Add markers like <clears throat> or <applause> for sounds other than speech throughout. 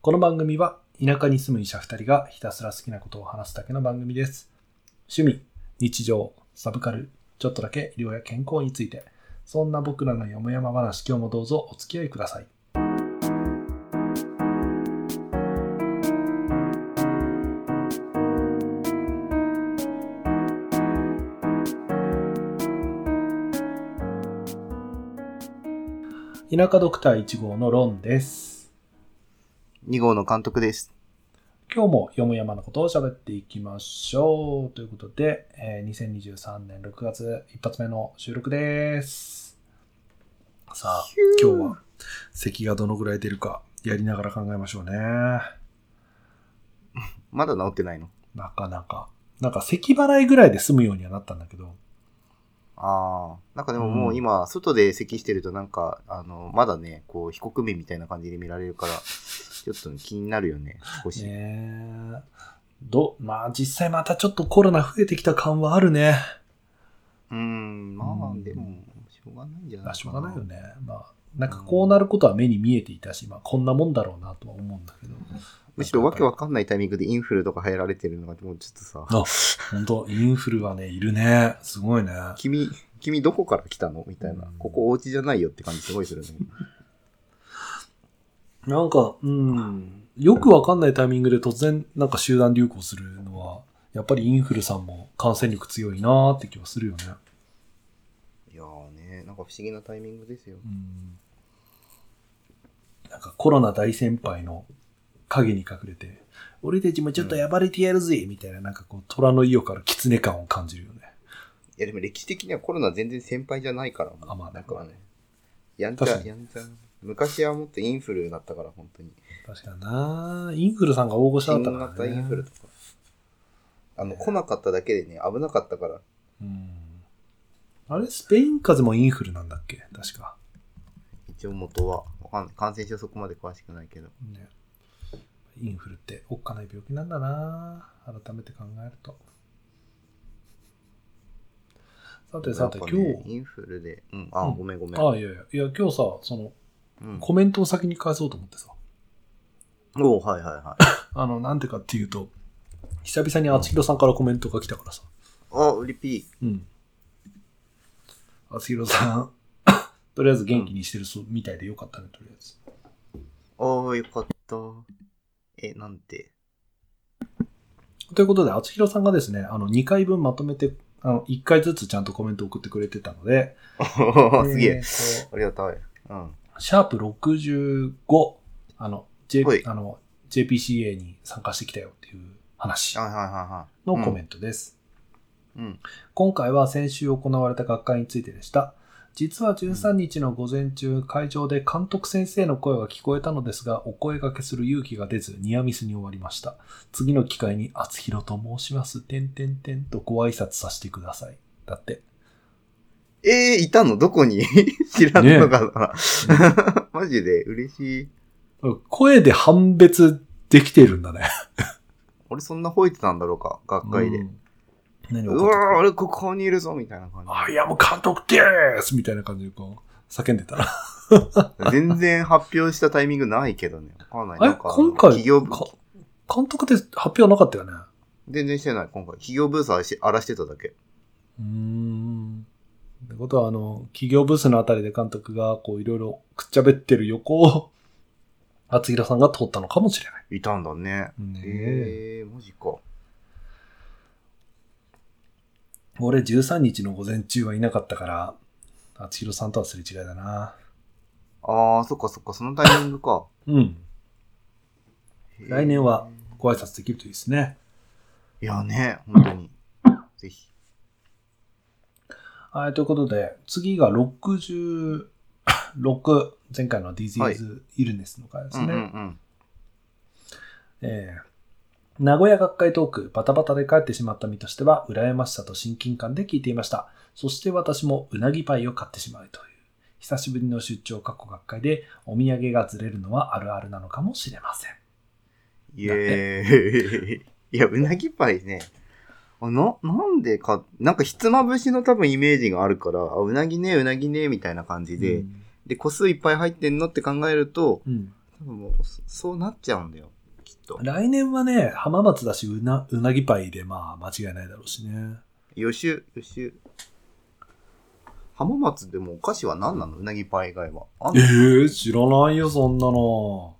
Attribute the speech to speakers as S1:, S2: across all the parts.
S1: この番組は田舎に住む医者2人がひたすら好きなことを話すだけの番組です。趣味、日常、サブカル、ちょっとだけ医療や健康について、そんな僕らのよもやま話、今日もどうぞお付き合いください。田舎ドクター1号のロンです。
S2: 2号の監督です。
S1: 今日もよもやまのことを喋っていきましょう。ということで、えー2023年6月一発目の収録です。さあ、今日は咳がどのぐらい出るかやりながら考えましょうね。
S2: まだ治ってないの
S1: なかなか。なんか咳払いぐらいで済むようにはなったんだけど、
S2: ああ。なんかでも
S1: う
S2: も
S1: ん
S2: う今、外で咳してるとなんか、あの、まだね、こう、非国民みたいな感じで見られるから、ちょっと気になるよね、少し。
S1: ねえど、まあ実際またちょっとコロナ増えてきた感はあるね。
S2: うーん、ま
S1: う
S2: あ、
S1: ん
S2: でも、しょうがないんじゃないか
S1: あしょうがないよ。ね。まあ、なんかこうなることは目に見えていたし、まあこんなもんだろうなとは思うんだけど。
S2: むしろわけわかんないタイミングでインフルとか流行られてるのが、もうちょっ
S1: <laughs>
S2: とさ、
S1: 本当インフルはね、いるね。すごいね。
S2: 君、君どこから来たのみたいな
S1: うん。
S2: ここお家じゃないよって感じすごいするね。
S1: なんか、うん。よくわかんないタイミングで突然、なんか集団流行するのは、やっぱりインフルさんも感染力強いなーって気はするよね。
S2: いやーね、なんか不思議なタイミングですよ。
S1: うん。なんかコロナ大先輩の影に隠れて、俺たちもちょっと暴れてやるぜみたいな、なんかこう、虎の尾から狐感を感じるよね。
S2: いやでも歴史的にはコロナ全然先輩じゃないから。
S1: あまあ
S2: なんかね。やんちゃ、
S1: 確かに
S2: やんちゃ。昔はもっとインフルだったから、本当に。
S1: 確かになインフルさんが大御所だ
S2: 新
S1: ったからね。
S2: 型インフルとか。あの、来なかっただけでね、危なかったから。
S1: うん。あれ、スペイン風邪もインフルなんだっけ確か。
S2: 一応元は。わかんない。感染症そこまで詳しくないけど。
S1: ね、インフルっておっかない病気なんだな改めて考えるとさてさて、
S2: やっぱ
S1: 今
S2: ね
S1: 日
S2: インフルで。うん。あ、
S1: うん
S2: ごめんごめん。
S1: あいやいやいや今日さその
S2: うん。
S1: コメントを先に返そうと思ってさ
S2: おうはいはいはい。
S1: あのなんてかっていうと久々に厚弘さんからコメントが来たからさ
S2: あ、リピ
S1: うん厚弘さん <coughs> とりあえず元気にしてるそうみたいでよかったねとりあえず
S2: ー。ああ、よかった。え、なん
S1: <laughs>
S2: て。
S1: ということで、厚弘さんがですね、あの、2回分まとめて、あの、1回ずつちゃんとコメントを送ってくれてたので、
S2: すげえ。
S1: ーと
S2: ありがたい。うん。
S1: シャープ65、あの、J
S2: はい
S1: あの JPCA に参加してきたよっていう話
S2: はいはいはい
S1: の
S2: はい。
S1: コメ
S2: ン
S1: ントです。
S2: ト。うん。
S1: 今回は先週行われた学会についてでした。実は13日の午前中、会場で監督先生の声が聞こえたのですが、お声掛けする勇気が出ず、ニアミスに終わりました。次の機会に、厚弘と申します、てんてんてんとご挨拶させてください。だって。
S2: ええいたのどこに <laughs> 知らんのかな、 <laughs> マジで嬉しい。
S1: 声で判別できてるんだね。
S2: 俺そんな吠えてたんだろうか学会で。
S1: う
S2: うん
S1: 何を
S2: わー俺ここにいるぞみたいな感
S1: あ、いや、もう監督ですみたいな感じでこう、叫んでたら。
S2: じ。全然発表したタイミングないけどね。わかんない。
S1: あ
S2: な
S1: れ
S2: んか
S1: 今回
S2: 企業部
S1: か、監督って発表なかったよね。
S2: 全然してない、今回。企業ブース荒らし荒らしてただけ。
S1: うーん。ってことは、あの、企業ブースのあたりで監督が、こう、いろいろくっちゃべってる横を、厚平さんが通ったのかもしれない。
S2: いたんだね。
S1: ねえ
S2: ええマジか。
S1: 俺13日の午前中はいなかったから、厚弘さんとはすれ違いだな。
S2: あー、そっかそっか、そのタイミングか。
S1: うん。 <laughs> 来年は
S2: へー。
S1: ご挨拶できるといいですね。
S2: いやね、本当
S1: <coughs>
S2: に。ぜひ。
S1: はい、ということで、次が66、前回のディジーズ・イルネスの回ですね。
S2: うんうん
S1: えー名古屋学会トーク、バタバタで帰ってしまった身としては、羨ましさと親近感で聞いていました。そして私もうなぎパイを買ってしまうという。久しぶりの出張過去学会で、お土産がずれるのはあるあるなのかもしれません。
S2: イエー <laughs> イ。いや、うなぎパイね。あな、なんでか、なんかひつまぶしの多分イメージがあるから、あ、うなぎね、うなぎね、みたいな感じで、
S1: うん
S2: で、個数いっぱい入ってんのって考えると、
S1: うん。
S2: 多分もう、そそうなっちゃうんだよ、きっと。
S1: 来年はね、浜松だし、うな、うなぎパイで、まあ、間違いないだろうしね。
S2: 予習、予習。浜松でもお菓子は何なのうなぎパイ以外は。あん
S1: え
S2: の
S1: え知らないよ、そんなの。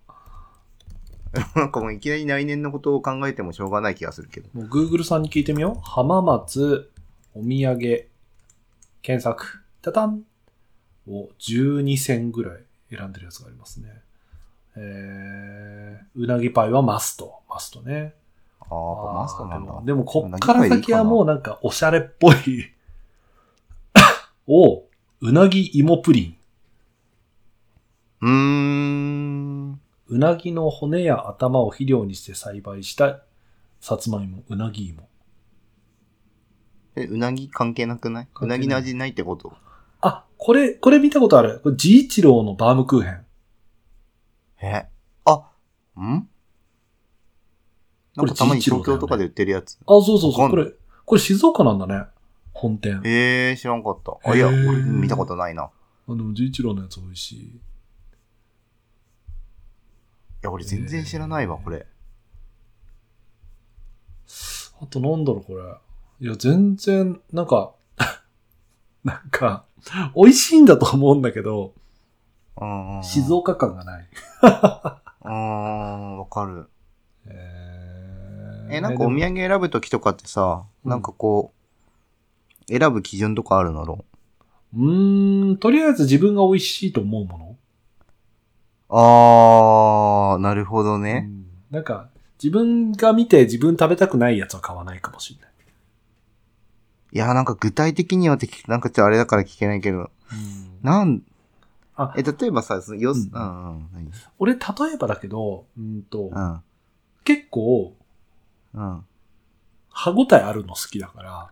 S2: なんかもういきなり来年のことを考えてもしょうがない気がするけど。
S1: もう Google さんに聞いてみよう。浜松お土産検索。タタンを12選ぐらい選んでるやつがありますね。えー、うなぎパイはマスト。マストね。
S2: ああ、やっぱマスターなん
S1: で
S2: だ
S1: も。でもこっから先はもうなんかおしゃれっ
S2: <laughs>
S1: ぽいおう、うなぎ芋プリン。
S2: うーん。
S1: うなぎの骨や頭を肥料にして栽培したさつまいも、うなぎ芋。
S2: え、うなぎ関係なくない
S1: 関係
S2: う
S1: ない
S2: なぎの味ないってこと
S1: あ、これ、これ見たことある。これ、ジイチローのバームクーヘン。
S2: えあ、んなんかたま
S1: これ
S2: に
S1: 治一郎
S2: 東
S1: だよね
S2: 京とかで売ってるやつ。
S1: あ、そうそうそ
S2: わ
S1: う。こ
S2: かんな
S1: れ、これ静岡なんだね。本店。あ、
S2: ええー、知らんかった。あ、いや、
S1: へー
S2: 俺見たことないな。い
S1: でも、十一郎のやつ美味しい。
S2: や、俺全然知らないわ、これ。
S1: あと、なんだろ、うこれ。いや、全然、なんか、 <laughs> なんか、美味しいんだと思うんだけど、
S2: うんうんうん。
S1: 静岡感がない。
S2: うーん、わかる。
S1: え
S2: え、なんかお土
S1: 産
S2: 産選ぶときとかってさ、
S1: うん
S2: なんかこう、選ぶ基準とかあるのろ
S1: うーん、とりあえず自分が美味しいと思うもの。
S2: あー、なるほどね
S1: う。んなんか、自分が見て自分食べたくないやつは買わないかもしれない。
S2: いや、なんか具体的にはって聞く、なんかちょっとあれだから聞けないけど、なん、
S1: あ
S2: え、例えばさ、そのよ、
S1: う
S2: うんん、うん、何
S1: 俺、例えばだけど、うんと、
S2: うん、
S1: 結構、
S2: うん。
S1: 歯ごたえあるの好きだから、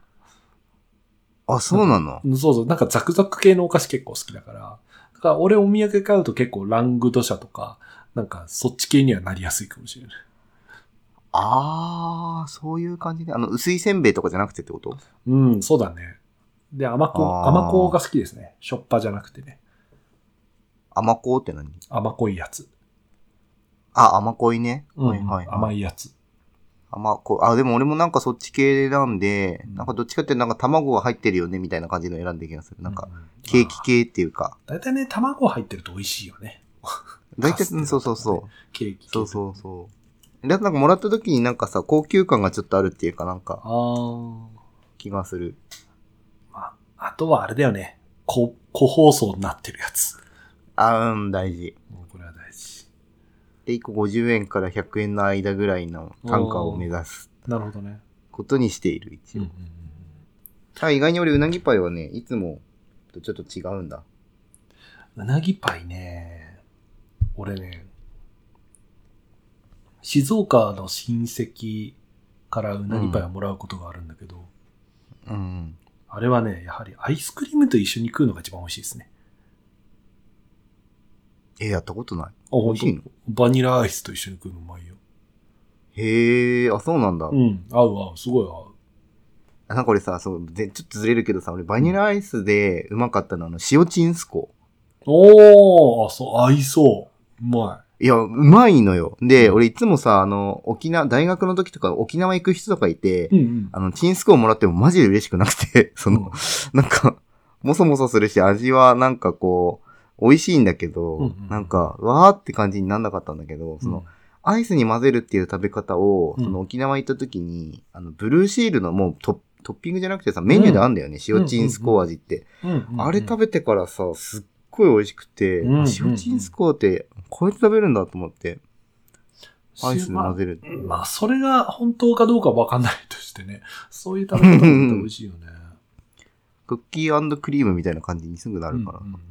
S2: あ、そうなの
S1: うんそうそう、なんかザクザク系のお菓子結構好きだから、だから俺お土産買うと結構ラングドシャとか、なんかそっち系にはなりやすいかもしれない。
S2: あー、そういう感じで、あの、薄いせんべいとかじゃなくてってこと
S1: うん、そうだね。で、甘
S2: あ
S1: 子、
S2: ー
S1: 甘子が好きですね。しょっぱじゃなくてね。
S2: 甘こうって何
S1: 甘こいやつ。
S2: あ、甘こいね。
S1: うん、
S2: はいはい。
S1: 甘
S2: い。
S1: いやつ。
S2: 甘こう。あ、でも俺もなんかそっち系なんで、
S1: うん
S2: なんかどっちかっていうとなんか卵が入ってるよねみたいな感じの選んでる気がする。なんか
S1: う、
S2: ケーキ系っていうか。
S1: 大体ね、卵入ってると美味しいよね。
S2: 大
S1: カ
S2: 体、
S1: ステラ
S2: うんそうそう
S1: と
S2: そ
S1: ケーキ
S2: う。そうそうそう。だなんかもらった時になんかさ、高級感がちょっとあるっていうかなんか
S1: あー
S2: 気がする。
S1: まあ、あとはあれだよね。こ個包装になってるやつ。
S2: あーうん、大事。
S1: もうこれは大事。
S2: で、1個50円から100円の間ぐらいの単価を目指す
S1: なるほどね。
S2: ことにしている、一
S1: うん
S2: 応。
S1: うん
S2: あ意外に俺、うなぎパイはね、いつもとちょっと違うんだ。
S1: うん、うなぎパイね。俺ね、静岡の親戚からうなぎパイをもらうことがあるんだけど、
S2: うん。
S1: あれはね、やはりアイスクリームと一緒に食うのが一番美味しいですね。
S2: え、やったことない。
S1: あ、
S2: 美
S1: 美
S2: 味しいの
S1: バニラアイスと一緒に食うのうまいよ。
S2: へえ、あ、そうなんだ。
S1: うん、合う合う、すごい合う。
S2: あなんか俺さ、そう、ぜちょっとずれるけどさ、俺、バニラアイスでうまかったのは、あの、塩チンスコ。
S1: おー、あ、そう、合いそう。うま
S2: いや、うまいのよ。で、
S1: うん
S2: 俺いつもさ、あの、沖縄、大学の時とか沖縄行く人とかいて
S1: い。、うんうん。
S2: あの、チンスコをもらってもマジで嬉しくなくて、 <laughs> その、なんか、もそもそするし、味はなんかこう、美味しいんだけど、
S1: うんうん
S2: なんか、わーって感じになんなかったんだけど、その、アイスに混ぜるっていう食べ方を、
S1: うん
S2: その沖縄行った時に、あの、ブルーシールのもうトットッピングじゃなくてさ、メニューであんだよね、塩チンスコ味って。
S1: うん、うんうん
S2: あれ食べてからさ、すっごい美味しくて、
S1: うんうんうん
S2: 塩チンスコーって、こうやって食べるんだと思って、アイスで
S1: まあ
S2: 混ぜる。
S1: まあ、それが本当かどうかわかんないとしてね。そういう食べ方だったら美味しい
S2: <laughs>
S1: よね。
S2: クッキークリームみたいな感じにすぐなるから。
S1: うんうんうんうん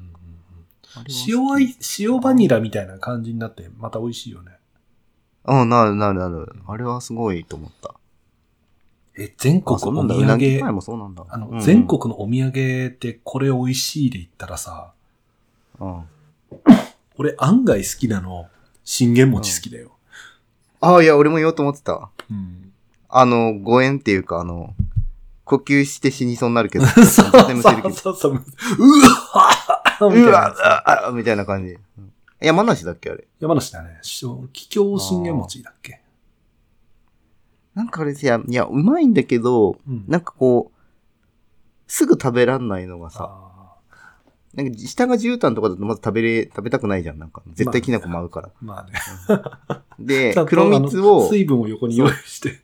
S2: あれは
S1: 塩アイ、塩バニラみたいな感じになって、また美味しいよね。
S2: うん、なるなるなる。あれはすごいと思った。
S1: え、全国
S2: あ、そうな
S1: お
S2: んだ。
S1: 土
S2: うなぎパイ
S1: 産、
S2: もそうなんだ。
S1: あの、
S2: うんうん
S1: 全。国のお土産ってこれ美味しいで言ったらさ、
S2: うん
S1: 俺案外好きなの、信玄餅好きだよ。
S2: あ、いや、俺も言おうと思ってた。
S1: うん。
S2: あの、ご縁っていうか、あの、呼吸して死にそうになるけ
S1: <laughs>
S2: ど。
S1: そうそう
S2: 絶対むせるけど
S1: そうそう。うわみたいな
S2: う
S1: や
S2: わ
S1: つ
S2: ああみたいな感じ。うん山梨だっけあれ。
S1: 山梨だね。しょ桔梗信玄餅だっけ
S2: なんかあれですや、いや、うまいんだけど、
S1: うん。
S2: なんかこう、すぐ食べらんないのがさ、
S1: あー
S2: なんか下が絨毯とかだとまず食べれ、食べたくないじゃん。なんか、絶対きな粉も合うから。
S1: まあね。
S2: で
S1: ちゃん、と
S2: 黒蜜を
S1: 水分を横に用意して。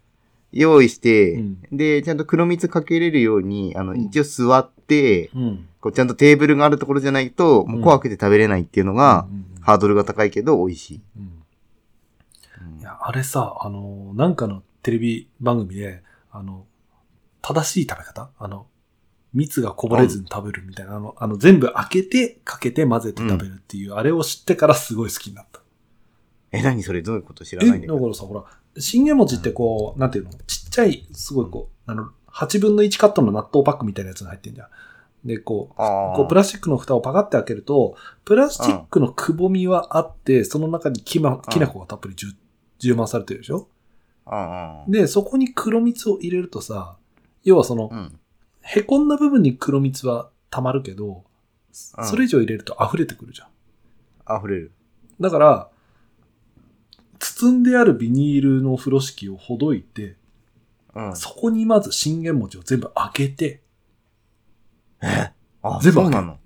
S2: 用意して、
S1: うん
S2: で、ちゃんと黒蜜かけれるように、あの、
S1: うん
S2: 一応座って、
S1: うん。
S2: こうちゃんとテーブルがあるところじゃないと、もう怖くて食べれないっていうのが、
S1: うん
S2: ハードルが高いけど美味しい。
S1: うん
S2: うん
S1: いや、あれさ、あの、なんかのテレビ番組で、あの、正しい食べ方あの、蜜がこぼれずに食べるみたいな、あの、あの全部開けて、かけて、混ぜて食べるっていう、あれを知ってからすごい好きになった。
S2: え、何それどういうこと知ら
S1: え、
S2: ない
S1: だ
S2: んだ
S1: か
S2: けど。
S1: らさ、ほら、信玄餅ってこう、なんていうのちっちゃい、すごいこう、あの、8分の1カットの納豆パックみたいなやつが入ってんじゃん。で、こう、
S2: あ
S1: こうプラスチックの蓋をパカって開けると、プラスチックのくぼみはあって、その中にき,、ま、きな粉がたっぷり充充満されてるでしょ
S2: あ
S1: で、そこに黒蜜を入れるとさ、要はその
S2: う、ん。
S1: へこんだ部分に黒蜜は溜まるけど、
S2: うん
S1: それ以上入れると溢れてくるじゃん。
S2: 溢れる。
S1: だから、包んであるビニールの風呂敷をほどいて、
S2: うん。
S1: そこにまず信玄餅を全部開けて、
S2: あ、
S1: 全部
S2: そうなの。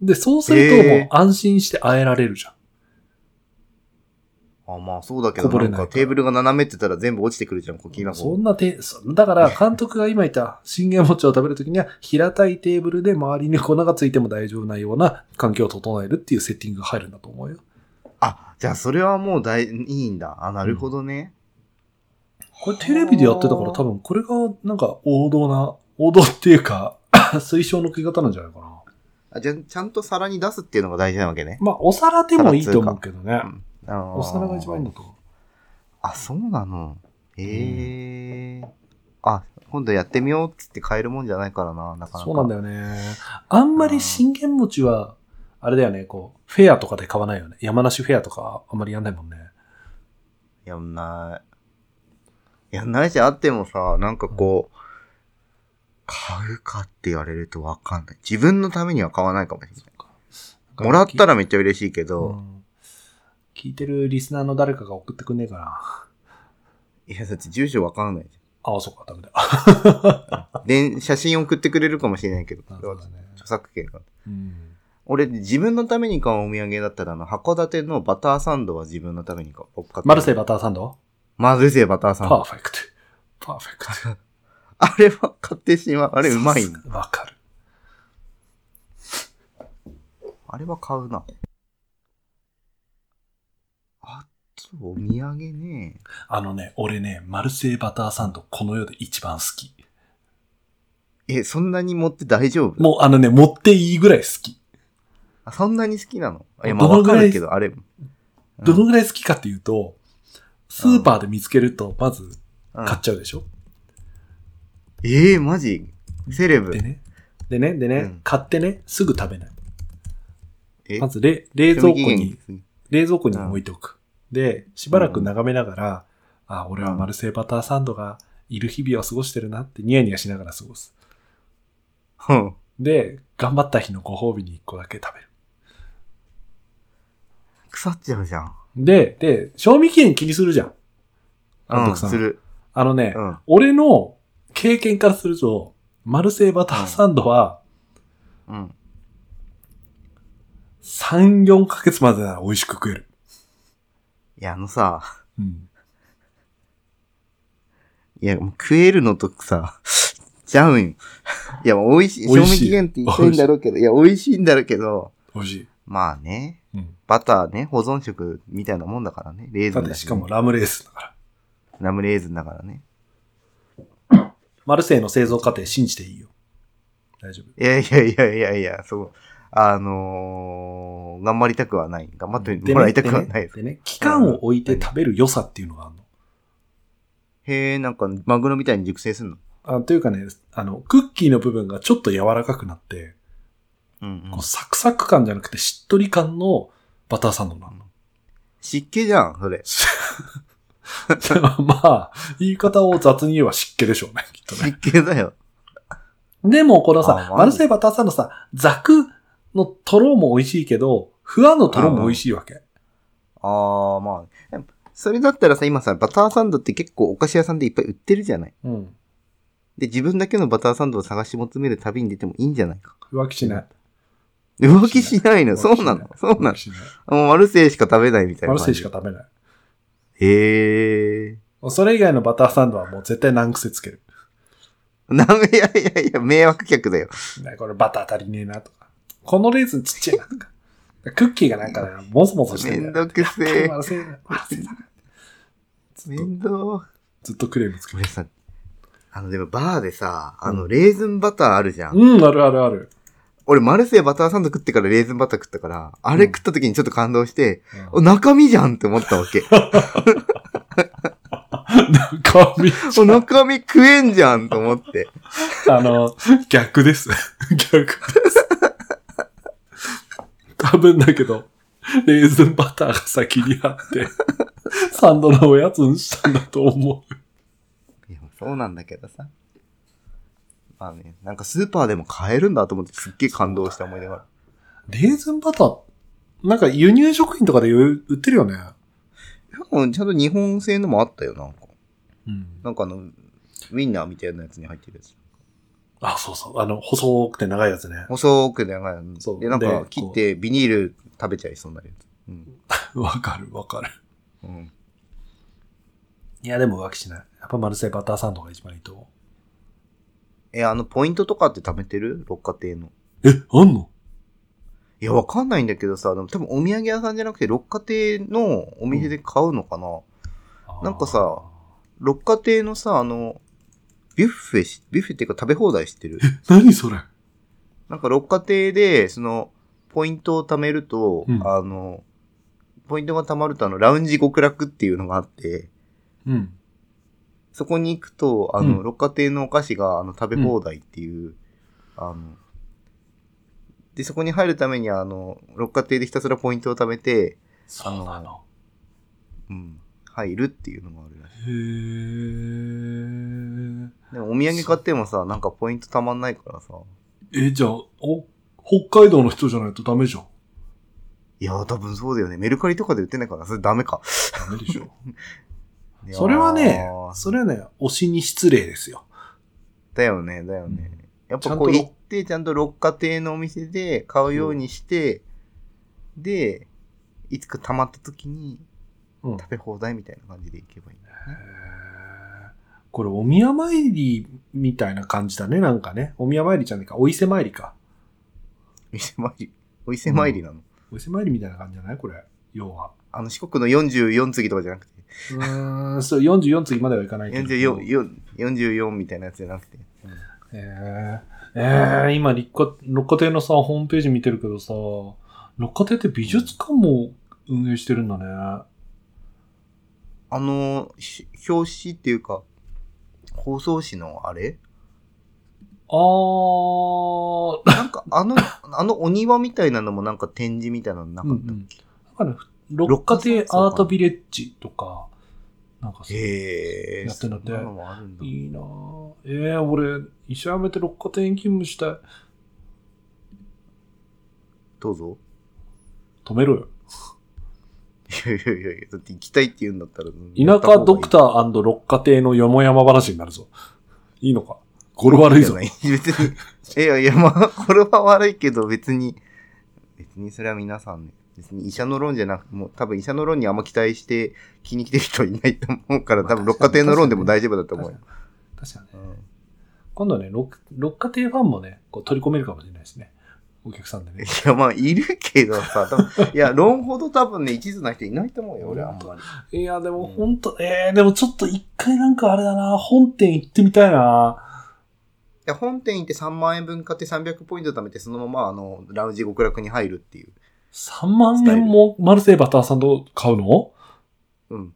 S1: で、そうするともう
S2: へー
S1: 安心して会えられるじゃん。
S2: あ、まあそうだけど、
S1: こぼれない
S2: なんかテーブルが斜めってたら全部落ちてくるじゃん、こうきな
S1: そ
S2: 粉。
S1: んなて、そだ
S2: <laughs>
S1: から監督が今言った信玄餅を食べるときには平たいテーブルで周りに粉がついても大丈夫なような環境を整えるっていうセッティングが入るんだと思うよ。
S2: あ、じゃあそれはもう大、いいんだ。あ、なるほどね。
S1: これテレビでやってたから多分これがなんか王道な、王道っていうか <laughs> 推奨の食い方なんじゃないかな。
S2: あじゃあ、ちゃんと皿に出すっていうのが大事なわけね。
S1: まあお皿でもいいと思うけどね。
S2: あー
S1: お皿が一番いいんだと思う。
S2: あ、そうなの。へえ。あ、今度やってみようって言って買えるもんじゃないからな、なかなか。
S1: そうなんだよね。あんまり信玄餅は、あれだよね、こう、フェアとかで買わないよね。山梨フェアとかあんまりやんないもんね。
S2: やんない。やんないし、あってもさ、なんかこう、買うかって言われるとわかんない。自分のためには買わないかもしれない。もらったらめっちゃ嬉しいけ
S1: う
S2: ど、
S1: ん聞いてるリスナーの誰かが送ってくんねえかな。
S2: いや、だって住所わかんないじ
S1: <laughs> ああ、そうか、ダメだ。あ
S2: ゃん。で、写真送ってくれるかもしれないけど、
S1: な
S2: そ
S1: るほ
S2: れは
S1: どね。
S2: 著作権が。
S1: うん。
S2: 俺、自分のために買うお土産だったら、あの、函館のバターサンドは自分のために買う。僕買ってる
S1: マルセイバターサンド
S2: マルセイバターサン
S1: パ
S2: ド
S1: ー。フェクト。パーフェク <laughs> ト。
S2: あれは買ってしまう。あれうまいんだ。
S1: わかる。
S2: あれは買うな。あと、お土産ね。
S1: あのね、俺ね、マルセイバターサンド、この世で一番好き。
S2: え、そんなに持って大丈夫
S1: もう、あのね、持っていいぐらい好き。
S2: あそんなに好きなのいや、まあ
S1: ど
S2: わ
S1: のぐ
S2: から
S1: い
S2: るけど、あれ。
S1: どのぐらい好きかっていうと、スーパーで見つけると、まず
S2: うん
S1: 買っちゃうでしょ、
S2: ええマジセレブ
S1: で。ね。でね、でね、
S2: うん
S1: 買ってね、すぐ食べない。
S2: え
S1: まずれ、冷蔵庫に
S2: に。
S1: 冷蔵庫に置いておく。で、しばらく眺めながら、あ、俺はマルセイバターサンドがいる日々を過ごしてるなってニヤニヤしながら過ごす。
S2: うん
S1: で、頑張った日のご褒美に1個だけ食べる。
S2: 腐っちゃうじゃん。
S1: で、で、賞味期限気にするじゃん。監
S2: うん、
S1: 督さん。
S2: する。
S1: あのね、
S2: うん。
S1: 俺の経験からすると、マルセイバターサンドは
S2: うん。
S1: 3、4ヶ月までなら美味しく食える。
S2: いや、あのさ、
S1: うん。
S2: いや、もう食えるのとさ、ちゃうんよ。いや、美味し
S1: 美
S2: い。賞
S1: 味しい
S2: 味期限って言いたいんだろうけど、いや、美味しいんだろうけど、
S1: 美味しい。
S2: まあね。
S1: うん。
S2: バターね、保存食みたいなもんだからね。レーズ
S1: だ
S2: ン
S1: っ
S2: だ
S1: て
S2: し,、
S1: し
S2: ね、
S1: かもラムレーズンだから。
S2: ラムレーズンだからね。
S1: マルセイの製造過程信じていいよ。大丈夫。
S2: いやいやいやいやいや、そう。あのー、頑張りたくはない。頑張ってもらいたくはないです。
S1: でね、でね期間を置いて食べる良さっていうのがあるの。
S2: へえ、なんか、マグロみたいに熟成すんの
S1: あというかね、あの、クッキーの部分がちょっと柔らかくなって、
S2: うん、うん
S1: こう。サクサク感じゃなくてしっとり感のバターサンドなの。
S2: 湿気じゃん、それ。
S1: <laughs> まあ、言い方を雑に言えば湿気でしょうね、きっとね。
S2: 湿気だよ。
S1: でもこの
S2: あま
S1: さ、
S2: あ
S1: マルセイバターサンドさ、ザクのトロも美味しいけど、ふわのトロも美味しいわけ。
S2: ああ、まあ。でもそれだったらさ、今さ、バターサンドって結構お菓子屋さんでいっぱい売ってるじゃない。
S1: うん。
S2: で、自分だけのバターサンドを探し求める旅に出てもいいんじゃないか。
S1: 浮気しない。
S2: 浮気しないの。そう
S1: 浮
S2: なの
S1: 気しい
S2: そうな
S1: 浮気しい
S2: のもうマルセイしか食べないみたいな
S1: マ
S2: 感
S1: ル
S2: じ。
S1: セイしか食べない。
S2: へえ。
S1: もうそれ以外のバターサンドはもう絶対難癖つける。
S2: なめ、いやいやいや、迷惑客だよ。
S1: ねこれバター足りねえなとか。このレーズンちっちゃいなとか。 <laughs> クッキーがなんかね、もそもそして
S2: めん
S1: んだよ。
S2: どくせえ
S1: マ。ルセイだマルセイだずっ
S2: め
S1: と
S2: んど
S1: ずっとクレームつける。
S2: 俺さ、あの、でもバーでさ、あ
S1: う
S2: の、
S1: ん
S2: レーズンバターあるじゃん。
S1: うん、あるあるある。
S2: 俺、マルセイバターサンド食ってからレーズンバター食ったから、あれ食った時にちょっと感動して、
S1: う
S2: お
S1: ん
S2: 中身じゃんって思ったわ <laughs> け。
S1: 中身
S2: お中身食えんじゃんと思って。
S1: あの、逆です。 <laughs> 逆です。 <laughs> 多分だけど、レーズンバターが先にあって、 <laughs> サンドのおやつにしたんだと思う。
S2: <laughs> いや、そうなんだけどさ。まあね、なんかスーパーでも買えるんだと思ってすっげえ感動した思い出がある。
S1: レーズンバター、なんか輸入食品とかで売ってるよね。
S2: うん、ちゃんと日本製のもあったよ、なんか。
S1: うん。
S2: なんかあの、ウィンナーみたいなやつに入ってるやつ。
S1: あ、そうそう。あの、細くて長いやつね。
S2: 細く長いやつ
S1: そう
S2: で、なん
S1: で
S2: か
S1: こう
S2: 切ってビニール食べちゃいそうになるやつ。うん。
S1: <laughs> わかるわかる。
S2: うん。
S1: いや、でも浮気しない。やっぱマルセイバターサンドが一番いいと思
S2: え、あの、ポイントとかって貯めてる六花亭の。
S1: う。え、あんの
S2: いや、わかんないんだけどさ、でも多分お土産屋さんじゃなくて、六花亭のお店で買うのかな、なんかさ、六花亭のさ、あの、ビュッフェし、ビュッフェっていうか食べ放題してる。
S1: <laughs> 何それ
S2: なんか六花亭で、その、ポイントを貯めると、
S1: うん
S2: あの、ポイントが貯まると、あの、ラウンジ極楽っていうのがあって、
S1: うん。
S2: そこに行くと、あの、
S1: うん
S2: 六花亭のお菓子が、あの、食べ放題っていう、あの、で、そこに入るために、あの、六花亭でひたすらポイントを貯めて、
S1: そうなの。
S2: うん、入るっていうのもあるらし
S1: へー。
S2: い。でも、お土産買ってもさ、なんかポイント貯まんないからさ。
S1: え、じゃあ、お、北海道の人じゃないとダメじゃん。
S2: いやー、多分そうだよね。メルカリとかで売ってないから、それダメか。
S1: ダメでし
S2: <laughs>
S1: ょ。
S2: いやー
S1: それはね、それはね、推しに失礼ですよ。
S2: だよね、だよね。やっ
S1: ちゃ
S2: ぱ
S1: ん
S2: ことう
S1: ろ
S2: 行って、ちゃんと六花亭のお店で買うようにして、で、いつか溜まった時に
S1: うん。
S2: 食べ放題みたいな感じで行けばいいんだよね。
S1: これ、お宮参りみたいな感じだね、なんかね。お宮参りじゃないか。お伊勢参りか。
S2: お伊勢参り、お伊勢参りなの。
S1: お伊勢参りみたいな感じじゃないこれ。要は。
S2: あの、四国の44次とかじゃなくて、
S1: うーん、そう、44次まではいかないけど。
S2: 44、四44みたいなやつじゃなくて。
S1: えー、えー、今、六花六花亭のさ、ホームページ見てるけどさ、六花亭って美術館も運営してるんだね。
S2: あの、し表紙っていうか、放送紙のあれ
S1: あー、
S2: な
S1: <laughs>
S2: んか、あの、あのお庭みたいなのもなんか展示みたいなのなか
S1: う
S2: っ
S1: ん
S2: た。
S1: うん。だから、六花亭アートビレッジとか、なんかそう
S2: へえ。
S1: やってんだって
S2: そんなのもあるんだ。
S1: いいなぁ。えー、俺、医者辞めて六花亭に勤務したい。
S2: どうぞ。
S1: 止めろよ。
S2: いやいやいやいや、だって行きたいって言うんだったら。
S1: 田舎ドクター六花亭のよもやま話になるぞ。いいのか語呂悪いぞ。
S2: いや別に。いやいや、まあ、これは悪いけど、別に、別にそれは皆さんね、別に医者の論じゃなく、もう多分医者の論にあんま期待して気に来てる人いないと思うから、多分六花亭の論でも大丈夫だと思うよ。
S1: 確かにね。
S2: うん
S1: 今度はね、六六花亭ファンもね、こう取り込めるかもしれないですね。お客さんで
S2: い
S1: ね。
S2: や、まあ、いるけどさ、多分いや、論ほど多分ね、一途な人いないと思うよ、俺はあんまり。
S1: いや、でもほんと、えー、でもちょっと一回なんかあれだな本店行ってみたいない
S2: や本店行って3万円分買って300ポイント貯めて、そのまま、あの、ラウンジ極楽に入るっていう。
S1: 3万円もマルセイバターサンド買うの
S2: うん。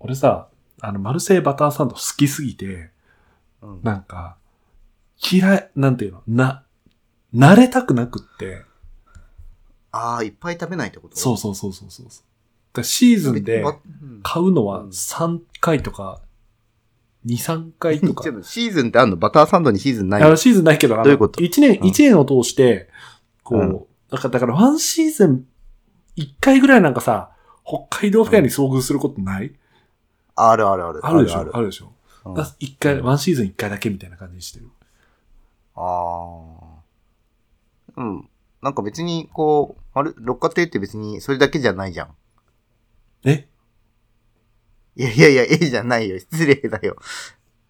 S1: 俺さ、あの、マルセイバターサンド好きすぎて、
S2: うん。
S1: なんか、嫌い、なんていうの、な、慣れたくなくって。
S2: ああ、いっぱい食べないってこと
S1: そうそうそうそうそう。だからシーズンで
S2: ばうん
S1: 買うの
S2: う
S1: は
S2: ん
S1: 3回とか、2、3回とか
S2: ちょ。っとシーズンってあんのバターサンドにシーズンない
S1: あ
S2: の
S1: のシーズンないけど、あの
S2: どういうこと
S1: 一年、
S2: うん
S1: 一年を通して、こう、
S2: うん
S1: だから、だからワンシーズン、一回ぐらいなんかさ、北海道フェアに遭遇することない
S2: あるあるある。
S1: あるでしょ
S2: ある
S1: あるでしょ
S2: うん
S1: が一回、ワンシーズン一回だけみたいな感じにしてる。
S2: ああ。うん。なんか別に、こう、あれ六花亭って別にそれだけじゃないじゃん。
S1: え
S2: いやいやいや、絵じゃないよ。失礼だよ。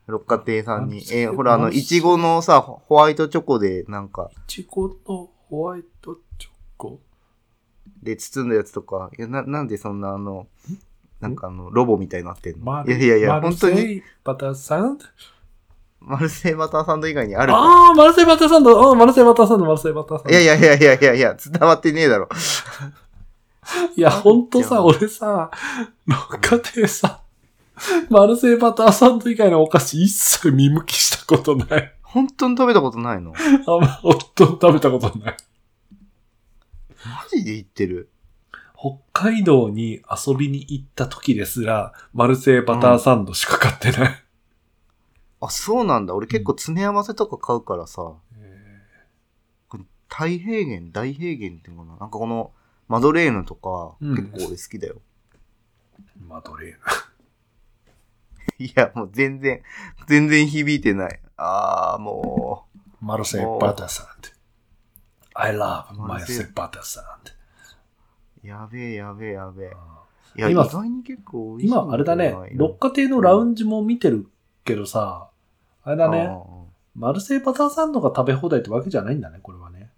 S2: 六花亭さん
S1: あ
S2: に。
S1: 失礼
S2: えほら、あの、
S1: マジ
S2: いちごのさ、ホホワイトチョコで、なんか、
S1: いちごのホワイトチョコ
S2: で包んだやつとか、いや、な、なんでそんな、あの、なんかあの、ロボみたいになってんのいやいやいや、本当に、。
S1: マルセイバターサンド
S2: マルセイバターサンド以外にあるか
S1: ああ、マルセイバターサンド、うんマルセイバターサンド、マルセイバターサンド。
S2: いやいやいやいやいやいや、伝わってねえだろ。
S1: いや、ほんと
S2: いや
S1: さ、俺さ、六花亭さ、マルセイバターサンド以外のお菓子一切見向きしたことない。
S2: 本当に食べたことな
S1: <laughs>
S2: いの
S1: あんま、ほんと食べたことない。
S2: マジで言ってる。
S1: 北海道に遊びに行った時ですら、マルセイバターサンドしか買ってない。
S2: あ、そうなんだ。俺結構詰め合わせとか買うからさ、太平原、大平原っていうのかな。なんかこの、マドレーヌとか、
S1: うん
S2: 結構俺好きだよ。
S1: マドレーヌ。
S2: いや、もう全然、全然響いてない。あー、も
S1: マルセイバターサンド。I love マルセイバターサン
S2: う、やべえやべえやべえ。
S1: ド。
S2: いや、
S1: 今
S2: 意外に結構美味しいんよな。
S1: 今、あれだね、六花亭のラウンジも見てるけどさ、あれだ
S2: あ
S1: ね、
S2: ー。
S1: マルセイバターサンドが食べ放題ってわけじゃないんだね、これはね。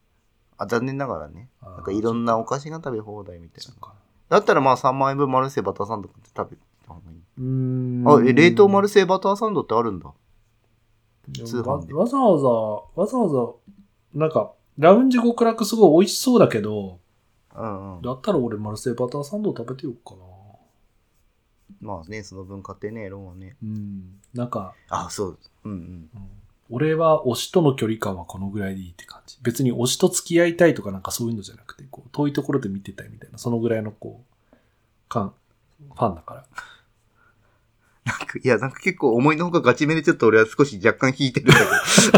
S2: あ、残念ながらね。
S1: な
S2: なんかいろんなお菓子が食べ放題みたい
S1: そ
S2: な
S1: っ。か。
S2: だったらまあ3万円分マルセイバターサンドって食べた方がいい。
S1: うーん。
S2: あ、え、冷凍マル
S1: セ
S2: セイバターサンドってあるんだ。通
S1: わ
S2: 販で
S1: わざわざ、わざわざ、なんか、ラウンジ極楽すごい美味しそうだけど、
S2: うんうん。
S1: だったら俺マルセイバターサンド食べてよっかな。
S2: まあね、その分買ってね、ロンはね。
S1: うん。なんか、
S2: あ、そう。うんうん。
S1: うん俺は推しとの距離感はこのぐらいでいいって感じ。別に推しと付き合いたいとかなんかそういうのじゃなくて、こう、遠いところで見てたいみたいな、そのぐらいのこう、感、ファンだから。
S2: なんか <laughs> いや、なんか結構思いのほかガチめでちょっと俺は少し若干引いてるんだ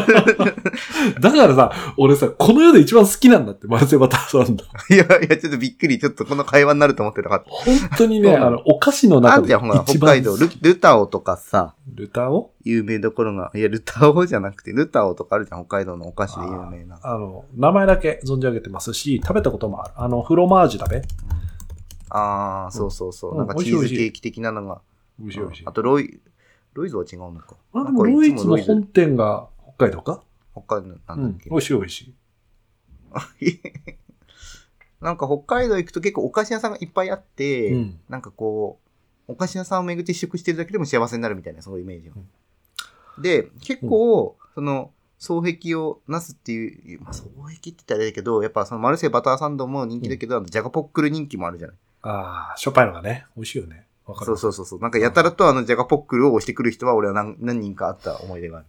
S2: け
S1: だからさ、俺さ、この世で一番好きなんだって、マルセバターさんだ。
S2: ど。い <laughs> やいや、ちょっとびっくり。ちょっとこの会話になると思ってなかった。
S1: 本当にね、
S2: そうなの
S1: あの、お菓子の
S2: あ
S1: 中
S2: ん
S1: で
S2: じゃん、ほら、
S1: 一
S2: 北
S1: 番
S2: 海道ル、ルタオとかさ、
S1: ルタオ
S2: 有名どころが、いや、ルタオじゃなくて、ルタオとかあるじゃん、北海道のお菓子で有名な。
S1: あの、名前だけ存じ上げてますし、食べたこともある。あの、フロマージュ食べ
S2: ああ、そうそうそう、
S1: うん
S2: なんかチーズケーキ的なのが。
S1: 美味しい美味しい。
S2: あとロイ、ロイズは違うのか。
S1: あ、で
S2: なん
S1: も
S2: かいつ
S1: ロイズの
S2: ロ
S1: 本店が北海道か
S2: 北海道な
S1: うん
S2: だ
S1: ん
S2: っ。け、
S1: 美味しい美味しい。
S2: <laughs> なんか北海道行くと結構お菓子屋さんがいっぱいあって、
S1: うん。
S2: なんかこう、お菓子屋さんを巡って試食してるだけでも幸せになるみたいな、そのイメージが。で、結構、その、双璧をなすっていう、まあ、双璧って言ったらあれだけど、やっぱそのマルセイバターサンドも人気だけど、あのジャガポックル人気もあるじゃない。
S1: ああ、しょっぱいのがね、美味しいよね。わかる。
S2: そうそうそうそう。なんかやたらとあのジャガポックルを押してくる人は俺は何何人かあった思い出がある。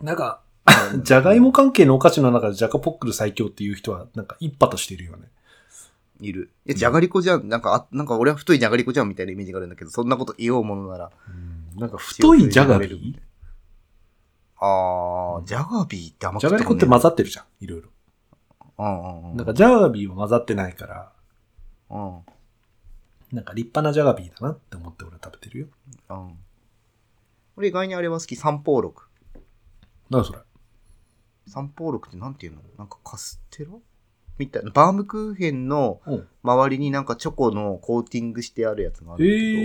S1: なんか、 <laughs> じゃがいも関係のお菓子の中でジャガポックル最強っていう人は、なんか一派としているよね。
S2: いる。いや、じゃがりこじゃん。なんか、あなんか俺は太いじゃがりこじゃんみたいなイメージがあるんだけど、そんなこと言おうものなら。
S1: なんか太いじゃがり
S2: 強く言われるあー、じゃがビーってあんま
S1: じゃがりこって
S2: ま
S1: 混ざってるじゃん、いろいろ。
S2: うんうんうん。
S1: なんかジャガビーは混ざってないから、
S2: うん。うん。
S1: なんか立派なジャガビーだなって思って俺は食べてるよ。
S2: 俺意外にあれは好き。三宝六。
S1: なんだそれ。
S2: 三宝六ってなんていうのなんかカステラみたいな。バームクーヘンの
S1: うん
S2: 周りになんかチョコのコーティングしてあるやつがあるんだけど、
S1: ええ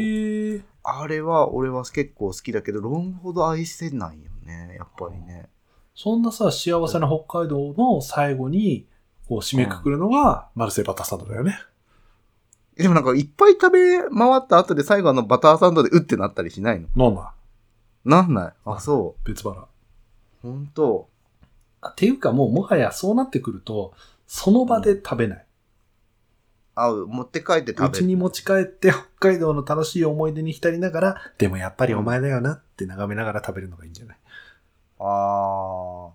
S1: ー。
S2: あれは俺は結構好きだけど、ロンほど愛せないよね。やっぱりね。
S1: そんなさ、幸せな北海道の最後に、こう締めくくるのが、マルセイバターサンドだよね。
S2: でもなんかいっぱい食べ回った後で最後あのバターサンドでうってなったりしないの
S1: なんだ
S2: なんないあ、そ
S1: 別腹。
S2: う。ほんと。
S1: あっていうかもう、もはやそうなってくると、その場で食べない。
S2: あ、持って帰って
S1: う
S2: 食べ
S1: ちに持ち帰って北海道の楽しい思い出に浸りながら、でもやっぱりお前だよなって眺めながら食べるのがいいんじゃない
S2: あ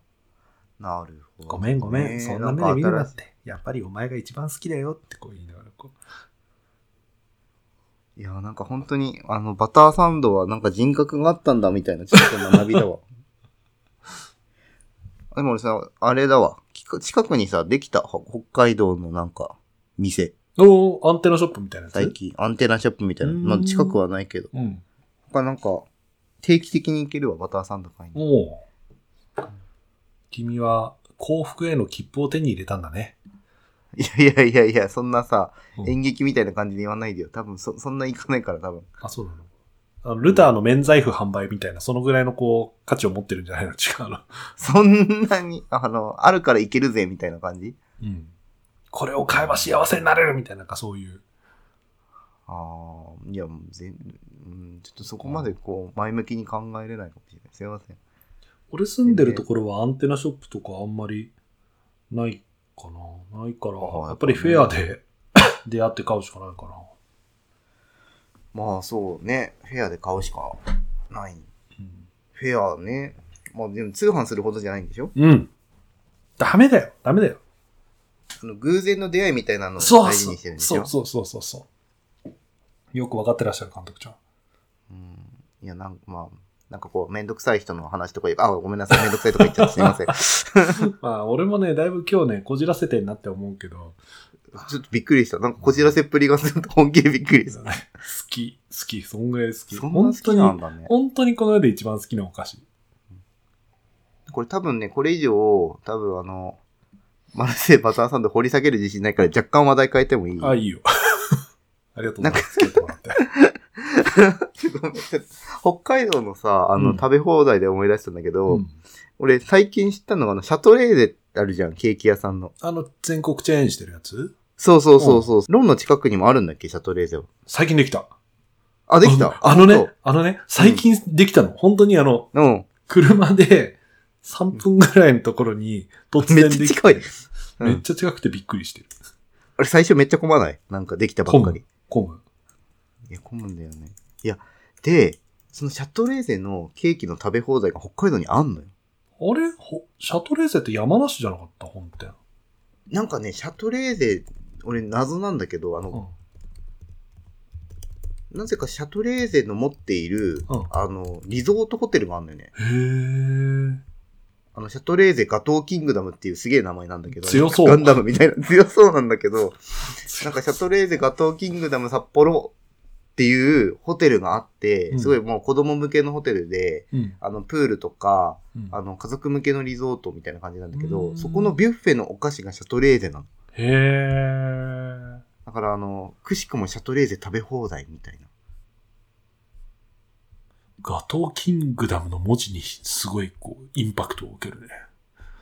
S2: ー。なるほどね。
S1: ごめんごめん、そんな目で見るな
S2: なんか新
S1: っ。
S2: して
S1: やっぱりお前が一番好きだよってこう言いながらこう。
S2: い。いや、なんか本当に、あの、バターサンドはなんか人格があったんだみたいな、ちょっと学びだわ。 <laughs> でも俺さ、あれだわ。きか近くにさ、できた、ほ北海道のなんか、店。
S1: おおアンテナショップみたいなやつ。
S2: 最近、アンテナショップみたいな。
S1: うん
S2: まあ、近くはないけど。
S1: うん。
S2: 他なんか、定期的に行けるわ、バターサンド買いに。
S1: おお君は幸福への切符を手に入れたんだね。
S2: いやいやいやいや、そんなさ
S1: う、ん
S2: 演劇みたいな感じで言わないでよ。多分、そ、そんな行かないから、多分。
S1: あ、そうなのあのルターの免罪符販売みたいな、そのぐらいのこう、価値を持ってるんじゃないの違うの。
S2: そんなに、あの、あるから行けるぜ、みたいな感じ
S1: うん。これを買えば幸せになれるみたいな、なんかそういう。
S2: ああ、いや、もう全、うん、ちょっとそこまでこう、前向きに考えれないかもしれない。すいません。
S1: 俺住んでるところはアンテナショップとかあんまりないかな。ないから、
S2: ああ
S1: やっぱりフェア <laughs> で出会って買うしかないかな。
S2: まあ、そうね。フェアで買うしかない。
S1: うん。
S2: フェアね。まあ、でも通販するほどじゃないんでしょ
S1: うん、ダメだよ。ダメだよ。
S2: あの、偶然の出会いみたいなのを
S1: そう
S2: 大事
S1: そ
S2: に
S1: う
S2: してるんでしょ
S1: そうそうそうそうそう。よく分かってらっしゃる監督ちゃん。
S2: うんいや、なんか、まあ、なんかこう、めんどくさい人の話とか言うあ、ごめんなさい、めんどくさいとか言っちゃってすいま <laughs> せん。
S1: まあ、俺もね、だいぶ今日ね、こじらせてんなって思うけど、
S2: ちょっとびっくりした。なんかこじらせっぷりがすると本気でびっくりした。
S1: 好き、好き、そんぐらい好き。
S2: そんな好きなんだね。
S1: 本当にこの世で一番好きなお菓子。
S2: これ多分ね、これ以上、多分あの、マルセイバターサンド掘り下げる自信ないから若干話題変えてもいい
S1: あ、いいよ。 <laughs> ありがとうございます。作ってもらって
S2: ごめん北海道のさ、あの、
S1: うん
S2: 食べ放題で思い出したんだけど、
S1: うん
S2: 俺最近知ったのがあの、シャトレーゼってあるじゃん、ケーキ屋さんの。
S1: あの、全国チェーンしてるやつ
S2: そうそうそうそう。ロンの近くにもあるんだっけ、シャトレーゼは。
S1: 最近できた。
S2: あ、できた。
S1: あのあの
S2: そう
S1: ね、あのね、最近できたの。本当にあの、
S2: うん。
S1: 車で3分ぐらいのところに突然で
S2: めっちゃ
S1: き
S2: 近
S1: て
S2: い。うん
S1: めっちゃ近くてびっくりしてる。
S2: 俺最初めっちゃ混まないなんかできたばっかり。
S1: 混む。
S2: いや、混むんだよね。いや、で、そのシャトレーゼのケーキの食べ放題が北海道にあんのよ。
S1: あれほシャトレーゼって山梨じゃなかった本店。
S2: なんかね、シャトレーゼ、俺謎なんだけど、あ
S1: う
S2: の、
S1: ん。
S2: なぜかシャトレーゼの持っている、
S1: うん
S2: あの、リゾートホテルがあんのよね。
S1: へ
S2: あの、シャトレーゼガトーキングダムっていうすげえ名前なんだけど。
S1: 強そう
S2: ガンダムみたいな。 <laughs> 強そうなんだけど、
S1: え。
S2: なんかシャトレーゼガトーキングダム札幌っていうホテルがあって、
S1: うん
S2: すごいもう子供向けのホテルで、
S1: うん、
S2: あの、プールとか、
S1: うん
S2: あの、家族向けのリゾートみたいな感じなんだけ
S1: う
S2: ど、
S1: ん
S2: そこのビュッフェのお菓子がシャトレーゼなの。
S1: へえ。
S2: だから、あの、くしくもシャトレーゼ食べ放題みたいな。
S1: ガトーキングダムの文字にすごいこう、インパクトを受けるね。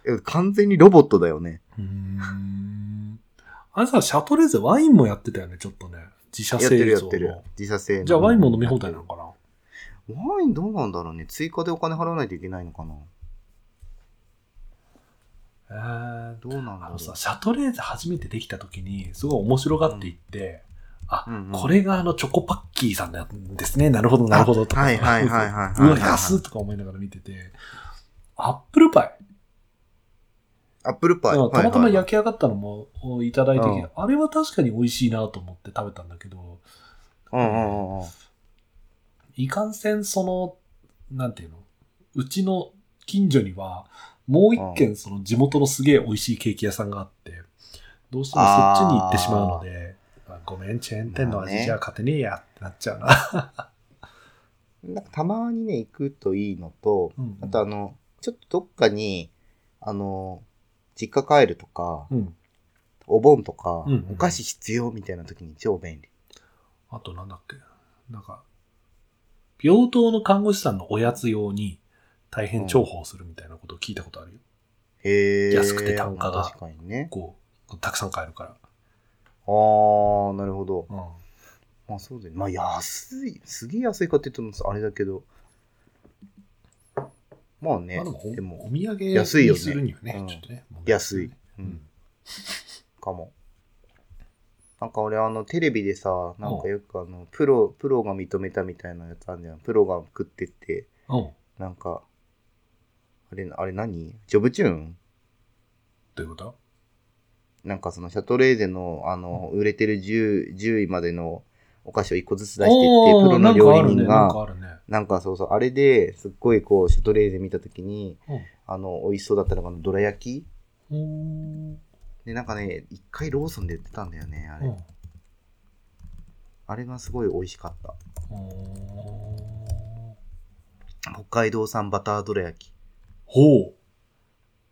S2: え完全にロボットだよね。
S1: うーん。あれさ、シャトレーゼワインもやってたよね、ちょっとね。自社
S2: やって
S1: 製
S2: るや
S1: 造
S2: ってる
S1: の。。
S2: 自社製の。
S1: じゃあワインも飲み放題なのかな
S2: ワインどうなんだろうね。追加でお金払わないといけないのかな。
S1: えー、
S2: どうなんだ
S1: あ
S2: ろ
S1: の
S2: う。
S1: さ、シャトレーゼ初めてできた時に、すごい面白がっていって、あ、
S2: うんうん
S1: これがあのチョコパッキーさんなんですね。なるほど、なるほど。とか
S2: はいはいはいはいはいは
S1: う
S2: い
S1: わ、安っとか思いながら見てて、アップルパイ。
S2: アップルパイ。
S1: うんたまたま
S2: や
S1: 焼き上がったのもいただいてきて
S2: うん
S1: あれは確かに美味しいなと思って食べたんだけど、
S2: うんうんうんうん。
S1: いかんせんその、なんていうの、うちの近所には、もう一軒その地元のすげえ美味しいケーキ屋さんがあって、どうしてもそっちに行ってしまうので、あごめん、チェーン店の味じゃ勝てねえやってなっちゃうな。
S2: なんかたまにね、行くといいのと、
S1: うん
S2: あとあの、ちょっとどっかに、あの、実家帰るとか、
S1: うん。
S2: お盆とか、
S1: うんうん
S2: お菓子必要みたいな時に超便利。
S1: あとなんだっけ、なんか、病棟の看護師さんのおやつ用に大変重宝するみたいなことを聞いたことあるよ。
S2: へー
S1: 安くて単価が
S2: 確かにね。
S1: こう、たくさん買えるから。
S2: あー、なるほど。
S1: うん。
S2: まあそうだよね。まあ安い、すげえ安いかって言ってもあれだけど。まあね
S1: まあ、でもお、
S2: でも
S1: お土産に
S2: 安いよね
S1: するにはね、
S2: うん
S1: ちょっとね。問題です
S2: 安
S1: ね
S2: い。。う
S1: うんん。。
S2: かも。なんか俺あのテレビでさ、なんかよくあの、プロ、プロが認めたみたいなやつあるじゃん。プロが食ってって、
S1: うん。ど
S2: なんか、あれ、あれ何ジョブチューン
S1: ういうこと
S2: なんかそのシャトレーゼの、あの、売れてる 10, 10位までのお菓子を1個ずつ出してって、プロの料理人
S1: なんか
S2: が、
S1: あるね。なんか
S2: なんかそうそう、あれですっごいこう、シャトレーゼ見たときに、
S1: あるね
S2: あの、美味しそうだったのが、あのどら焼き
S1: うん。
S2: で、なんかね、一回ローソンで売ってたんだよね、あ
S1: う
S2: れ。
S1: ん。
S2: あれがすごい美味しかった。
S1: おー
S2: 北海道産バターどら焼き。
S1: ほう。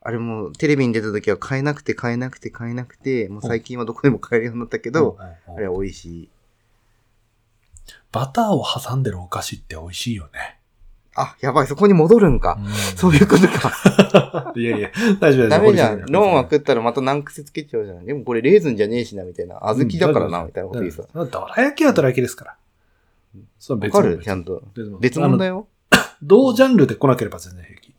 S2: あれもテレビに出た時は買えなくて買えなくて買えなくて、もう最近はどこでも買えるようになったけど、
S1: うんうん
S2: あれは美味しい。
S1: バターを挟んでるお菓子って美味しいよね。
S2: あ、やばい、そこに戻るんか。そういうことか。
S1: うん。いやいや、大丈夫大丈夫。
S2: ダメ <laughs> じゃん。ローンは
S1: は
S2: 食ったらまた難癖つけちゃうじゃん。でもこれレーズンじゃねえしな、みたいな。小豆だからな、みたいなこと言うさ。
S1: どら焼きはどら焼きですから。そう、
S2: わ
S1: 別
S2: か
S1: 物
S2: るちゃんと。
S1: 別物
S2: 別物だ
S1: よ。
S2: よ。
S1: あの同ジャンルで来なければ全然平気。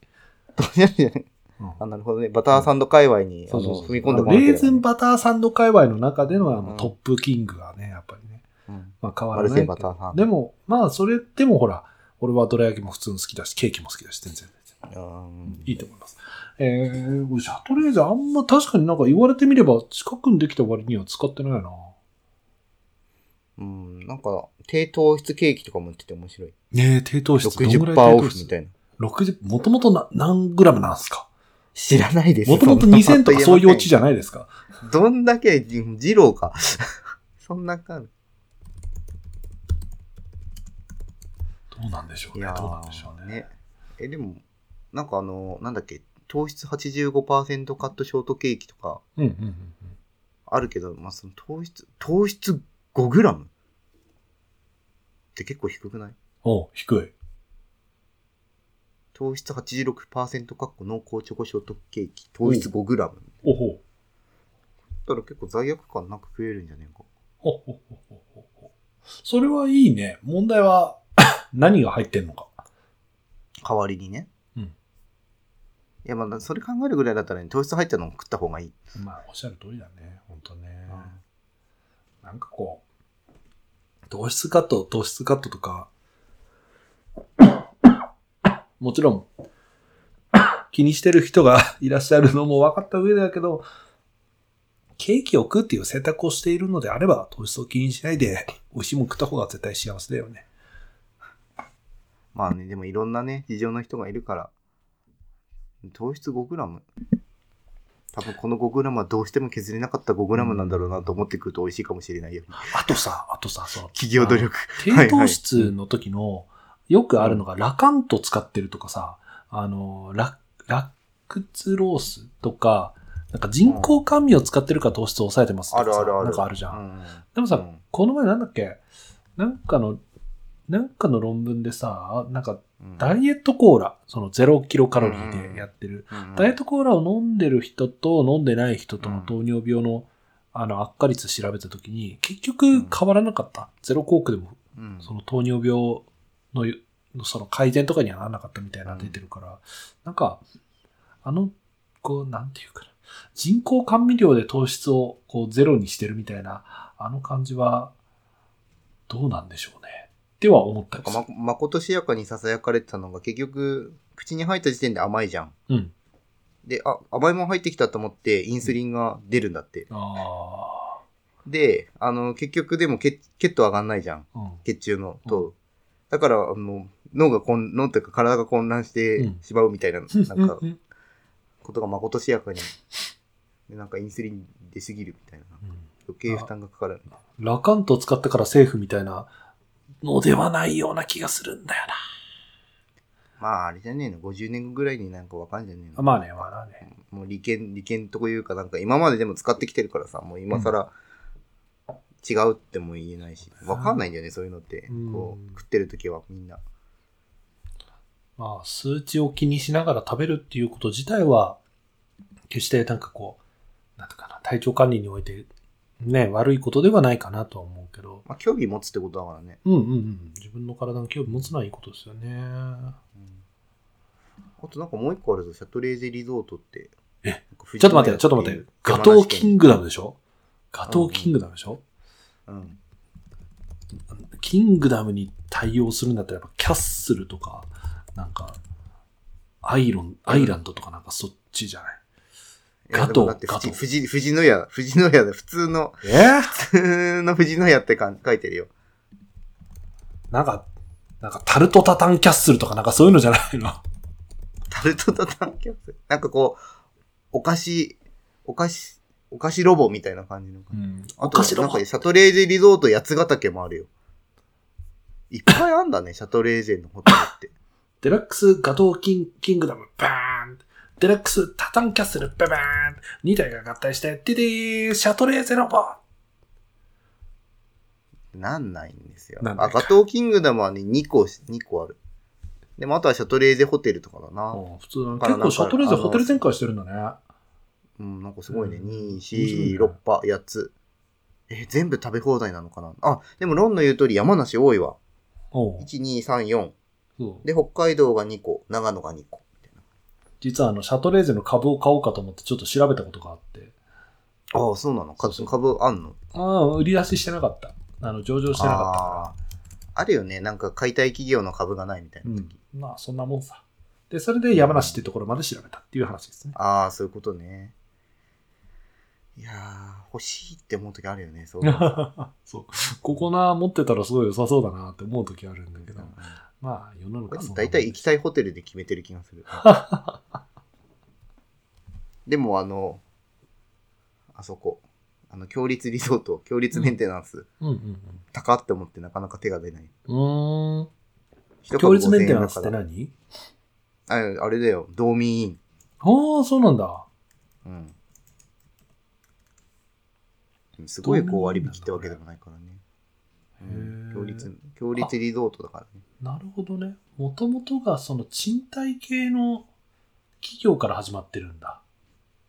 S2: <laughs>
S1: うん
S2: あ、なるほどね。バターサンド界隈に、あ
S1: そ
S2: の
S1: うそうそう
S2: 踏み込んで
S1: あの
S2: こなけれ
S1: レ
S2: ば
S1: ーズンバターサンド界隈の中でのあの
S2: うん
S1: トップキングはね、やっぱりね。
S2: うん
S1: まあ変わ
S2: マ
S1: ら
S2: ル
S1: な
S2: セイ
S1: いけ
S2: バタ
S1: ど。
S2: ーサンド。
S1: でも、まあそれでもほら、俺はどら焼きも普通の好きだし、ケーキも好きだし、全然。
S2: うん
S1: いいと思います。えー、俺シャトレーゼあんま確かになんか言われてみれば近くにできた割には使ってないな。
S2: うん、なんか、低糖質ケーキとかも売ってて面白い。
S1: ねえ、低糖質どんぐらい低
S2: 60%オフ
S1: 糖
S2: み
S1: 質
S2: たいな。
S1: 60、もともとな何グラムなんすか
S2: 知らないです。
S1: もともと
S2: そんなこ
S1: 2000とか
S2: 言えません
S1: そういうオチじゃないですか
S2: どんだけ、じ二郎か。 <laughs> そんな感
S1: どうなんでしょう
S2: じ。
S1: ね。どうなんでしょうね。
S2: ね。え、でも、なんかあの、なんだっけ、糖質85%カットショートケーキとか
S1: うんうんうんうん。
S2: あるけど、まあ、その糖質、糖質 5g? って結構低くない
S1: おう低い。
S2: 糖質86%カッコ濃厚チョコショートケーキ、糖質 5g。だか
S1: おほ
S2: ら結構罪悪感なく食えるんじゃねえか。
S1: ほほほほほほほそれはいいね。問題は <coughs> 何が入ってんのか。
S2: 代わりにね。
S1: うん
S2: いや、まあ、それ考えるぐらいだったらね、糖質入ったのを食った方がいい。
S1: まあおっしゃる通りだね。ほんとね。なんかこう、糖質カット、糖質カットとか、 <coughs> もちろん、気にしてる人が <laughs> いらっしゃるのも分かった上だけど、ケーキを食うっていう選択をしているのであれば、糖質を気にしないで、美味しいもん食った方が絶対幸せだよね。
S2: まあね、でもいろんなね、事情の人がいるから、糖質 5g。多分この 5g はどうしても削れなかった 5g なんだろうなと思ってくると美味しいかもしれないよ。
S1: あとさ、あとさ、その、
S2: 企業努力。
S1: 低糖質の時の、よくあるのが、ラカント使ってるとかさ、あの、ラ、ラクツロースとか、なんか人工甘味を使ってるから糖質を抑えてますとかさ
S2: あるあるある
S1: なんかあるじゃん。
S2: うん
S1: でもさ、
S2: うん
S1: この前なんだっけ、なんかの、なんかの論文でさ、なんか
S2: うん
S1: ダイエットコーラ、その0キロカロリーでやってる、
S2: うん
S1: ダイエットコーラを飲んでる人と飲んでない人との糖尿病の、あの、悪化率調べたときに、結局変わらなかった。ゼロコークでも
S2: うん
S1: その糖尿病のゆその改善とかにはならなかったみたいなの出てるから、なんか、あの、こう、なんていうかな、人工甘味料で糖質をこうゼロにしてるみたいな、あの感じは、どうなんでしょうね。っては思った
S2: な
S1: り
S2: んか
S1: する
S2: ま、まことしやかに囁かれてたのが結局、口に入った時点で甘いじゃん。
S1: うん。
S2: で、あ、甘いもん入ってきたと思って、インスリンが出るんだって。
S1: あ
S2: で、あの、結局でも血血糖上がんないじゃん。
S1: あ、うん。
S2: 血中の
S1: うん
S2: 糖。だから、あの、脳が混、脳というか体が混乱して
S1: うん
S2: しまうみた
S1: <laughs>
S2: いな、なんか
S1: う、ん
S2: ことがまことしやかに。で、なんかインスリン出すぎるみたいな。余計負担がかかる。
S1: ラカントを使ってから政府みたいなのではないような気がするんだよな。
S2: まあ、あれじゃねえの。50年後ぐらいになんかわかんじゃねえの。
S1: まあね、まあね。
S2: もう利権、利権というか、なんか今まででも使ってきてるからさ、もう今更違うっても言えないし、わかんないんだよね、そういうのって。
S1: うん
S2: こう、食ってる時はみんな。
S1: まあ、数値を気にしながら食べるっていうこと自体は、決してなんかこう、なんとかな、体調管理において、ね、悪いことではないかなとは思うけど、
S2: まあ、興味持つってことだからね。
S1: うんうんうん。自分の体の興味持つのはいいことですよね。
S2: あとなんかもう一個あるぞ、シャトレーゼリゾートって。
S1: え
S2: なんか富
S1: ちょ
S2: 士
S1: っと
S2: 宮
S1: 待っ
S2: だ
S1: て、ちょっと待って
S2: いう。
S1: ガ
S2: 山
S1: トー
S2: 梨
S1: キ
S2: 県
S1: ングダムでしょガトーキングダムでしょ、
S2: うん。
S1: キングダムに対応するんだったら、やっぱキャッスルとか、なんか、アイロン、アイランドとかなんかそっちじゃないガトー
S2: いやでもだって富士
S1: ガトー
S2: 富士、富士の屋、富士の屋で普通の、 <laughs>
S1: えー
S2: 普通の富士の屋ってかん書いてるよ。
S1: なんか、なんかタルトタタンキャッスルとかなんかそういうのじゃないの
S2: タルトタタンキャップ。なんかこう、お菓子、お菓子、お菓子ロボみたいな感じの。
S1: うん。
S2: あ
S1: お
S2: と
S1: 菓子ロ
S2: なん
S1: ボ
S2: か、シャトレーゼリゾート八ヶ岳もあるよ。いっぱいあんだね、シャトレーゼのホテルって。
S1: デラックスガトーキンキングダム、バーンデラックスタタンキャッスル、ババーン !2 体が合体して、ディディーシャトレーゼロボ
S2: なんないんですよ。
S1: なんない
S2: あ、
S1: か
S2: ガトーキングダムはね、2個、二個ある。でもあとはシャトレーゼホテルとかだな。
S1: 普通だね
S2: だから
S1: 結構シャトレーゼ
S2: なんか
S1: ホテル展開してるんだね。
S2: うん、なんかすごいね。
S1: うん
S2: 2、
S1: 面白いね
S2: 4、6波、8つ。え、全部食べ放題なのかなあ、でもロンの言う通り山梨多いわ。
S1: おう
S2: 1、2、3、4。
S1: そう
S2: で、北海道が2個、長野が2個。みたい
S1: 実はあの、シャトレーゼの株を買おうかと思ってちょっと調べたことがあって。
S2: なああ、そうなのか
S1: そうそう
S2: 株あんの
S1: ああ、売り出ししてなかった。あの、上場してなかったから。
S2: ああーあるよね。なんか解体企業の株がないみたいな時。
S1: うん、まあそんなもんさ。で、それで山梨ってところまで調べたっていう話ですね。
S2: ああ、そういうことね。いやー、欲しいって思う時あるよね、そう。
S1: <laughs>
S2: うん
S1: そう。ここな、持ってたらすごい良さそうだなって思う時あるんだけど、まあ世の
S2: こ
S1: 中
S2: い
S1: そ
S2: つ
S1: んなもん
S2: 大体行きたいホテルで決めてる気が
S1: <laughs>
S2: する。でもあの、あそこ、あの、強立リゾート、強立メンテナンス、
S1: うんうん
S2: 高って思ってなかなか手が出ない。
S1: うん。うー
S2: 一
S1: ん。強烈メンテナ
S2: だ
S1: ンスって
S2: から
S1: 何
S2: ああれだよ、道民委員。
S1: ああ、そうなんだ。
S2: うん。すごいこう割引ってわけでもないからね。うん
S1: へー
S2: 強立、強立リゾートだからね。
S1: なるほどね。もともとがその賃貸系の企業から始まってるんだ。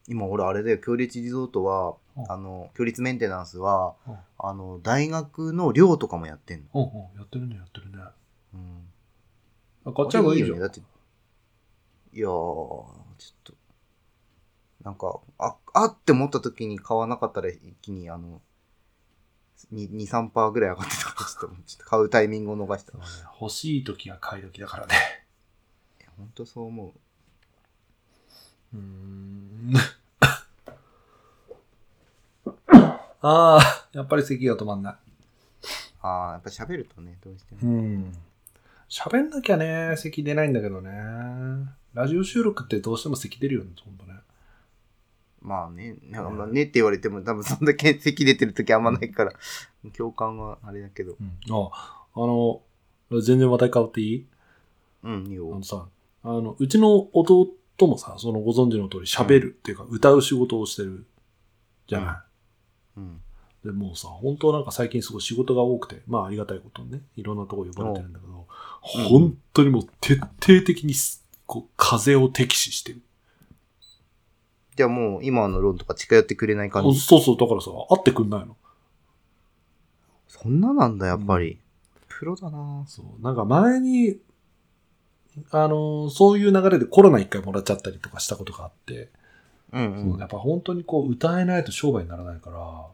S2: 今俺あれだよ、強立リゾートは
S1: う、ん
S2: あの、強立メンテナンスは
S1: うん、
S2: あの、大学の寮とかもやってんの。
S1: うんうん。やってるね、やってるね。
S2: うん。
S1: あ買っちゃえばいいじゃ
S2: あれよ
S1: ん。
S2: ねだって、いやー、ちょっと、なんか、あ、あって思った時に買わなかったら一気にあの、2、2 3%パーぐらい上がってたから、ちょっと、ちょっと買うタイミングを逃した。
S1: そうね欲しい時が買い時だからね。
S2: いや本当そう思
S1: う
S2: う。
S1: ー <laughs> んああ、やっぱり咳が止まんない。
S2: ああ、やっぱ喋るとね、どうしても。
S1: うん。喋んなきゃね、咳出ないんだけどね。ラジオ収録ってどうしても咳出るよね、ほんとね。
S2: まあね、なんかまあねって言われても、多分そんだけ席出てる時あんまないから、共感はあれだけど。
S1: あ、あの、全然話題変わっていい
S2: うん、いい
S1: あ
S2: よ
S1: の。さ、あの、うちの弟もさ、そのご存知の通り喋るっていうか、歌う仕事をしてるじゃない。
S2: うん。
S1: でもうさ、本当なんか最近すごい仕事が多くて、まあありがたいことにね、いろんなとこ呼ばれてるんだけど、
S2: うん
S1: 本当にもう徹底的にすこう風を敵視してる。
S2: じゃあもう、今のロンとか近寄ってくれない感じ。
S1: そうそう、だからさ、会ってくんないの。
S2: そんななんだ、やっぱり。プロだな
S1: そう、なんか前に、あのーそういう流れでコロナ一回もらっちゃったりとかしたことがあって、
S2: うんう
S1: そうやっぱ本当にこう歌えないと商売にならないから、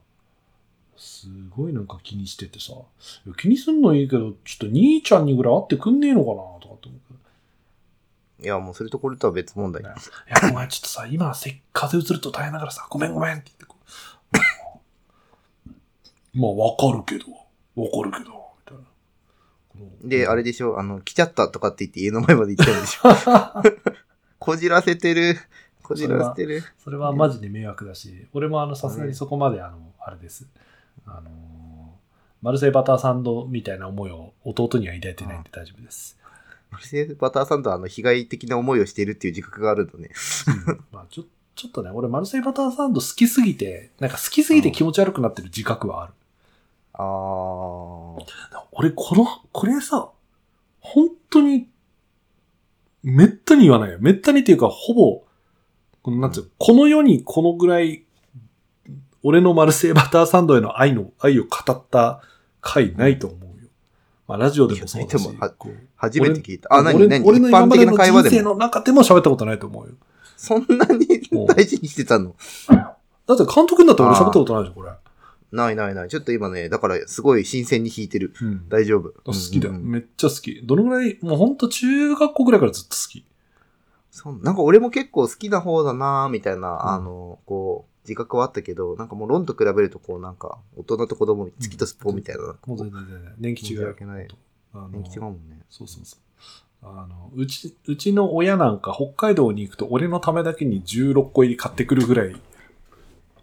S1: すごいなんか気にしててさ、いや気にすんのいいけど、ちょっと兄ちゃんにぐらい会ってくんねえのかなとかって思う。
S2: いや、もうそれとこれとは別問題。
S1: ねいや、お前ちょっとさ、今せ、風邪移ると大変だからさ、ごめんごめんって言ってこう。まあ、わかるけど、わかるけど、みたいな。
S2: で、あれ
S1: で。
S2: でしょ、あの、来ちゃったとかって言って家の前まで行っちゃうんでしょ。 <laughs> こじらせてる。こじらせてる。
S1: それはマジで迷惑だし、俺もあの、さすがにそこまで、あの、あれです。あのーマルセイバターサンドみたいな思いを弟には抱いてないんで大丈夫です。
S2: マルセイバターさんとあの、被害的な思いをしているっていう自覚があるとね。
S1: うんまあ、ちょ、ちょっとね、俺マルセイバターサンド好きすぎて、なんか好きすぎて気持ち悪くなってる自覚はある。
S2: あー。
S1: 俺、この、これさ、本当に、めったに言わないよ。めったにっていうか、ほぼ、このなんつうの、この世にこのぐらい、俺のマルセイバターサンドへの愛の、愛を語った回ないと思うよ。まあ、ラジオでもそうだし。
S2: いやないと思うは
S1: こう
S2: 初めて聞いた。あ、なに
S1: 俺
S2: なに一
S1: 俺の今
S2: 般
S1: ま
S2: 的
S1: で
S2: な
S1: の
S2: 会話
S1: 人
S2: で
S1: 生
S2: も。
S1: の中でも喋ったことないと思うよ。
S2: そんなに
S1: うん
S2: 大事にしてた
S1: だ
S2: の
S1: って監督になって俺喋ったことないでしょ、これ。
S2: ないないない。ちょっと今ね、だからすごい新鮮に弾いてる。
S1: うん。
S2: 大丈夫。
S1: 好きだよ。
S2: うんうんうん
S1: めっちゃ好き。どのぐらい、もうほんと中学校ぐらいからずっと好き。
S2: そうなんか俺も結構好きな方だなーみたいな、
S1: ん
S2: あの、こう、自覚はあったけど、なんかもう論と比べるとこうなんか、大人と子供、月とスッポンみたいな。なんか
S1: もう全然全然。年季違う
S2: 申し。訳ない
S1: あの
S2: 年季違うもんね。
S1: そうそうそう。あの、うち、うちの親なんか北海道に行くと俺のためだけに16個入り買ってくるぐらい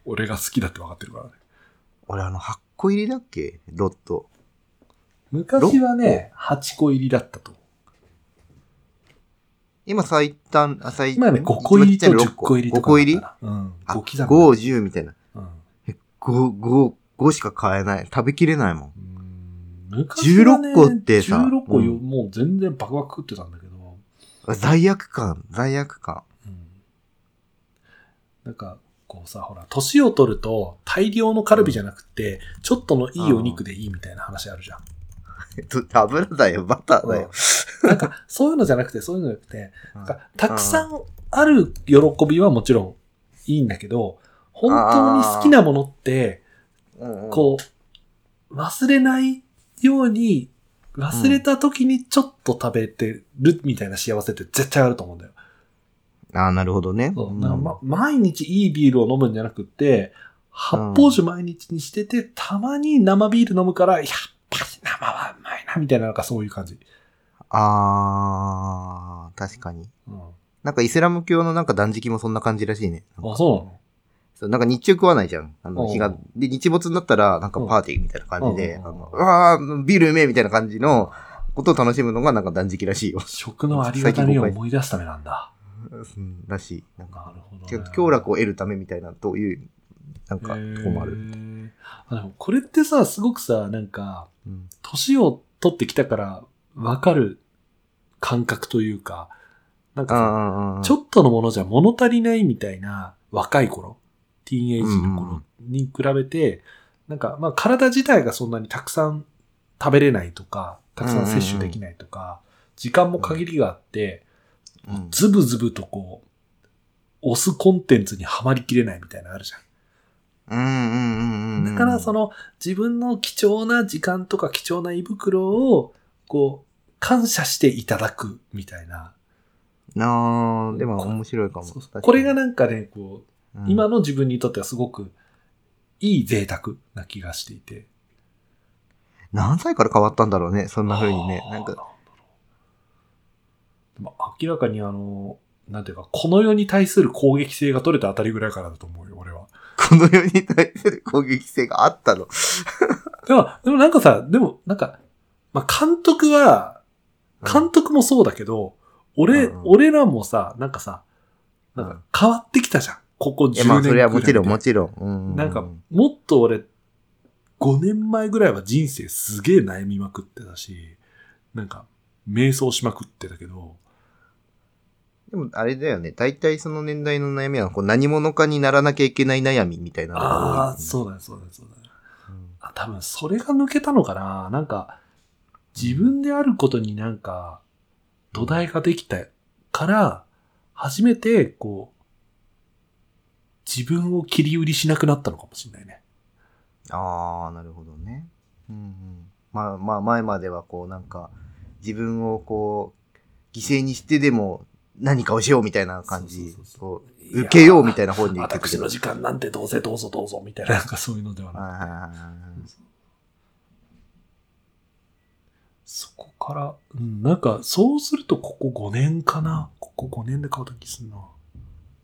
S1: 俺が好きだって分かってるからね。
S2: 俺あの、8個入りだっけロット。
S1: 昔はね、8個入りだったと。
S2: 今最短、あ、最
S1: 今ね、5個入りと10個入りと
S2: 5
S1: か
S2: 個
S1: だ
S2: 入
S1: っ
S2: り
S1: たな。うん。
S2: あ、
S1: 5
S2: 5、
S1: 刻み。
S2: 10みたいな。
S1: うん。
S2: 5、5、5しか買えない。食べきれないもん。
S1: うーん昔はね
S2: 16個ってさ
S1: 16個よ、
S2: うん
S1: もう全然バクバク食ってたんだけど、
S2: 罪悪感、罪悪感。
S1: うんなんか、こうさ、ほら、年を取ると大量のカルビじゃなくて、ちょっとのいいお肉でいいみたいな話あるじゃん。
S2: えっと油だよ、バターだよ。
S1: なんか、そういうのじゃなくて、そういうのじゃなくて、なん
S2: うん
S1: かたくさんある喜びはもちろんいいんだけど、本当に好きなものって、
S2: うんうん
S1: こう、忘れないように、忘れた時にちょっと食べてるみたいな幸せって絶対あると思うんだよ。
S2: ああ、なるほどね。
S1: そう
S2: うん
S1: だからま、毎日いいビールを飲むんじゃなくて、発泡酒毎日にしてて、たまに生ビール飲むから、やっぱり生はうまいな、みたいな、なんかそういう感じ。
S2: あー、確かに。
S1: うん、
S2: なんかイスラム教のなんか断食もそんな感じらしいね。なんか
S1: あ、そ
S2: そうなんか日中食わないじゃん。あ
S1: うん
S2: の、日が。で、日没になったら、なんかパーティーみたいな感じで、
S1: う
S2: あ
S1: ん
S2: の、うわー、ビールうめえみたいな感じ
S1: なの
S2: のことを楽しむのがなんか断食らしいよ。 <laughs>
S1: 食のありがたみを思い出すためなんだ。
S2: うんらしい。なんか、
S1: なるほど、
S2: 強
S1: ね。
S2: 強楽を得るためみたいな、という、なんか、とこもある。
S1: へーあでもこれってさ、すごくさ、なんか、
S2: うん
S1: 年を取ってきたからわかる感覚というか、なんかさ、
S2: あー
S1: ちょっとのものじゃ物足りないみたいな若い頃、ティーンエイジの頃に比べて、なんかまあ体自体がそんなにたくさん食べれないとか、たくさん摂取できないとか、時間も限りがあって、
S2: うん
S1: ズブズブとこう、押すコンテンツにはまりきれないみたいなのあるじゃ。
S2: うんうんうんうんん。
S1: だからそ
S2: の、
S1: の自分の貴重な時間とか貴重な胃袋を、こう、感謝していただくみたいな。
S2: なあでも面白いかも。
S1: そう
S2: 確
S1: そ
S2: か
S1: う
S2: に
S1: これが、なんかね、こう、
S2: うん
S1: 今の自分にとってはすごくいい贅沢な気がしていて。
S2: 何歳から変わったんだろうね、そんな風にね
S1: あ。ー
S2: なん
S1: る
S2: か、
S1: ほどでも明らかにあの、なんていうか、この世に対する攻撃性が取れたあたりぐらいからだと思うよ、俺は。
S2: この世に対する攻撃性があったの。
S1: でも、でもなんかさ、でもなんか、まあ、監督は、監督もそうだけど、俺、
S2: うんうん
S1: 俺らもさ、なんかさ、なんか変わってきたじゃん。ここ10
S2: い
S1: 年
S2: や、
S1: くら
S2: ま
S1: い
S2: あ、
S1: で。
S2: それはもちろん、もちろん。うんうん
S1: なんか、もっと俺、5年前ぐらいは人生すげえ悩みまくってたし、なんか、瞑想しまくってたけど、
S2: でも、あれだよね。大体その年代の悩みは、こう、何者かにならなきゃいけない悩みみたいなのが多い。
S1: ああ、そうだね、そうだね、そうだね。
S2: うん。
S1: あ、多分それが抜けたのかななんか、自分であることになんか、土台ができたから、初めて、こう、自分を切り売りしなくなったのかもしれないね。
S2: ああ、なるほどね。うんうん。まあまあ、前まではこう、なんか、自分をこう、犠牲にしてでも何かをしようみたいな感じ
S1: そうそう。そう
S2: こう受けようみ
S1: い
S2: たいな方に
S1: な。
S2: 行ってた
S1: 私
S2: けど。
S1: の時間なんてどうせどうぞどうぞみ
S2: <laughs>
S1: たいな、なんかそういうのではなく
S2: はいはいはいはい
S1: そこから、うん、なんか、そうするとここ5年かな。ここ5年で買うときすんな。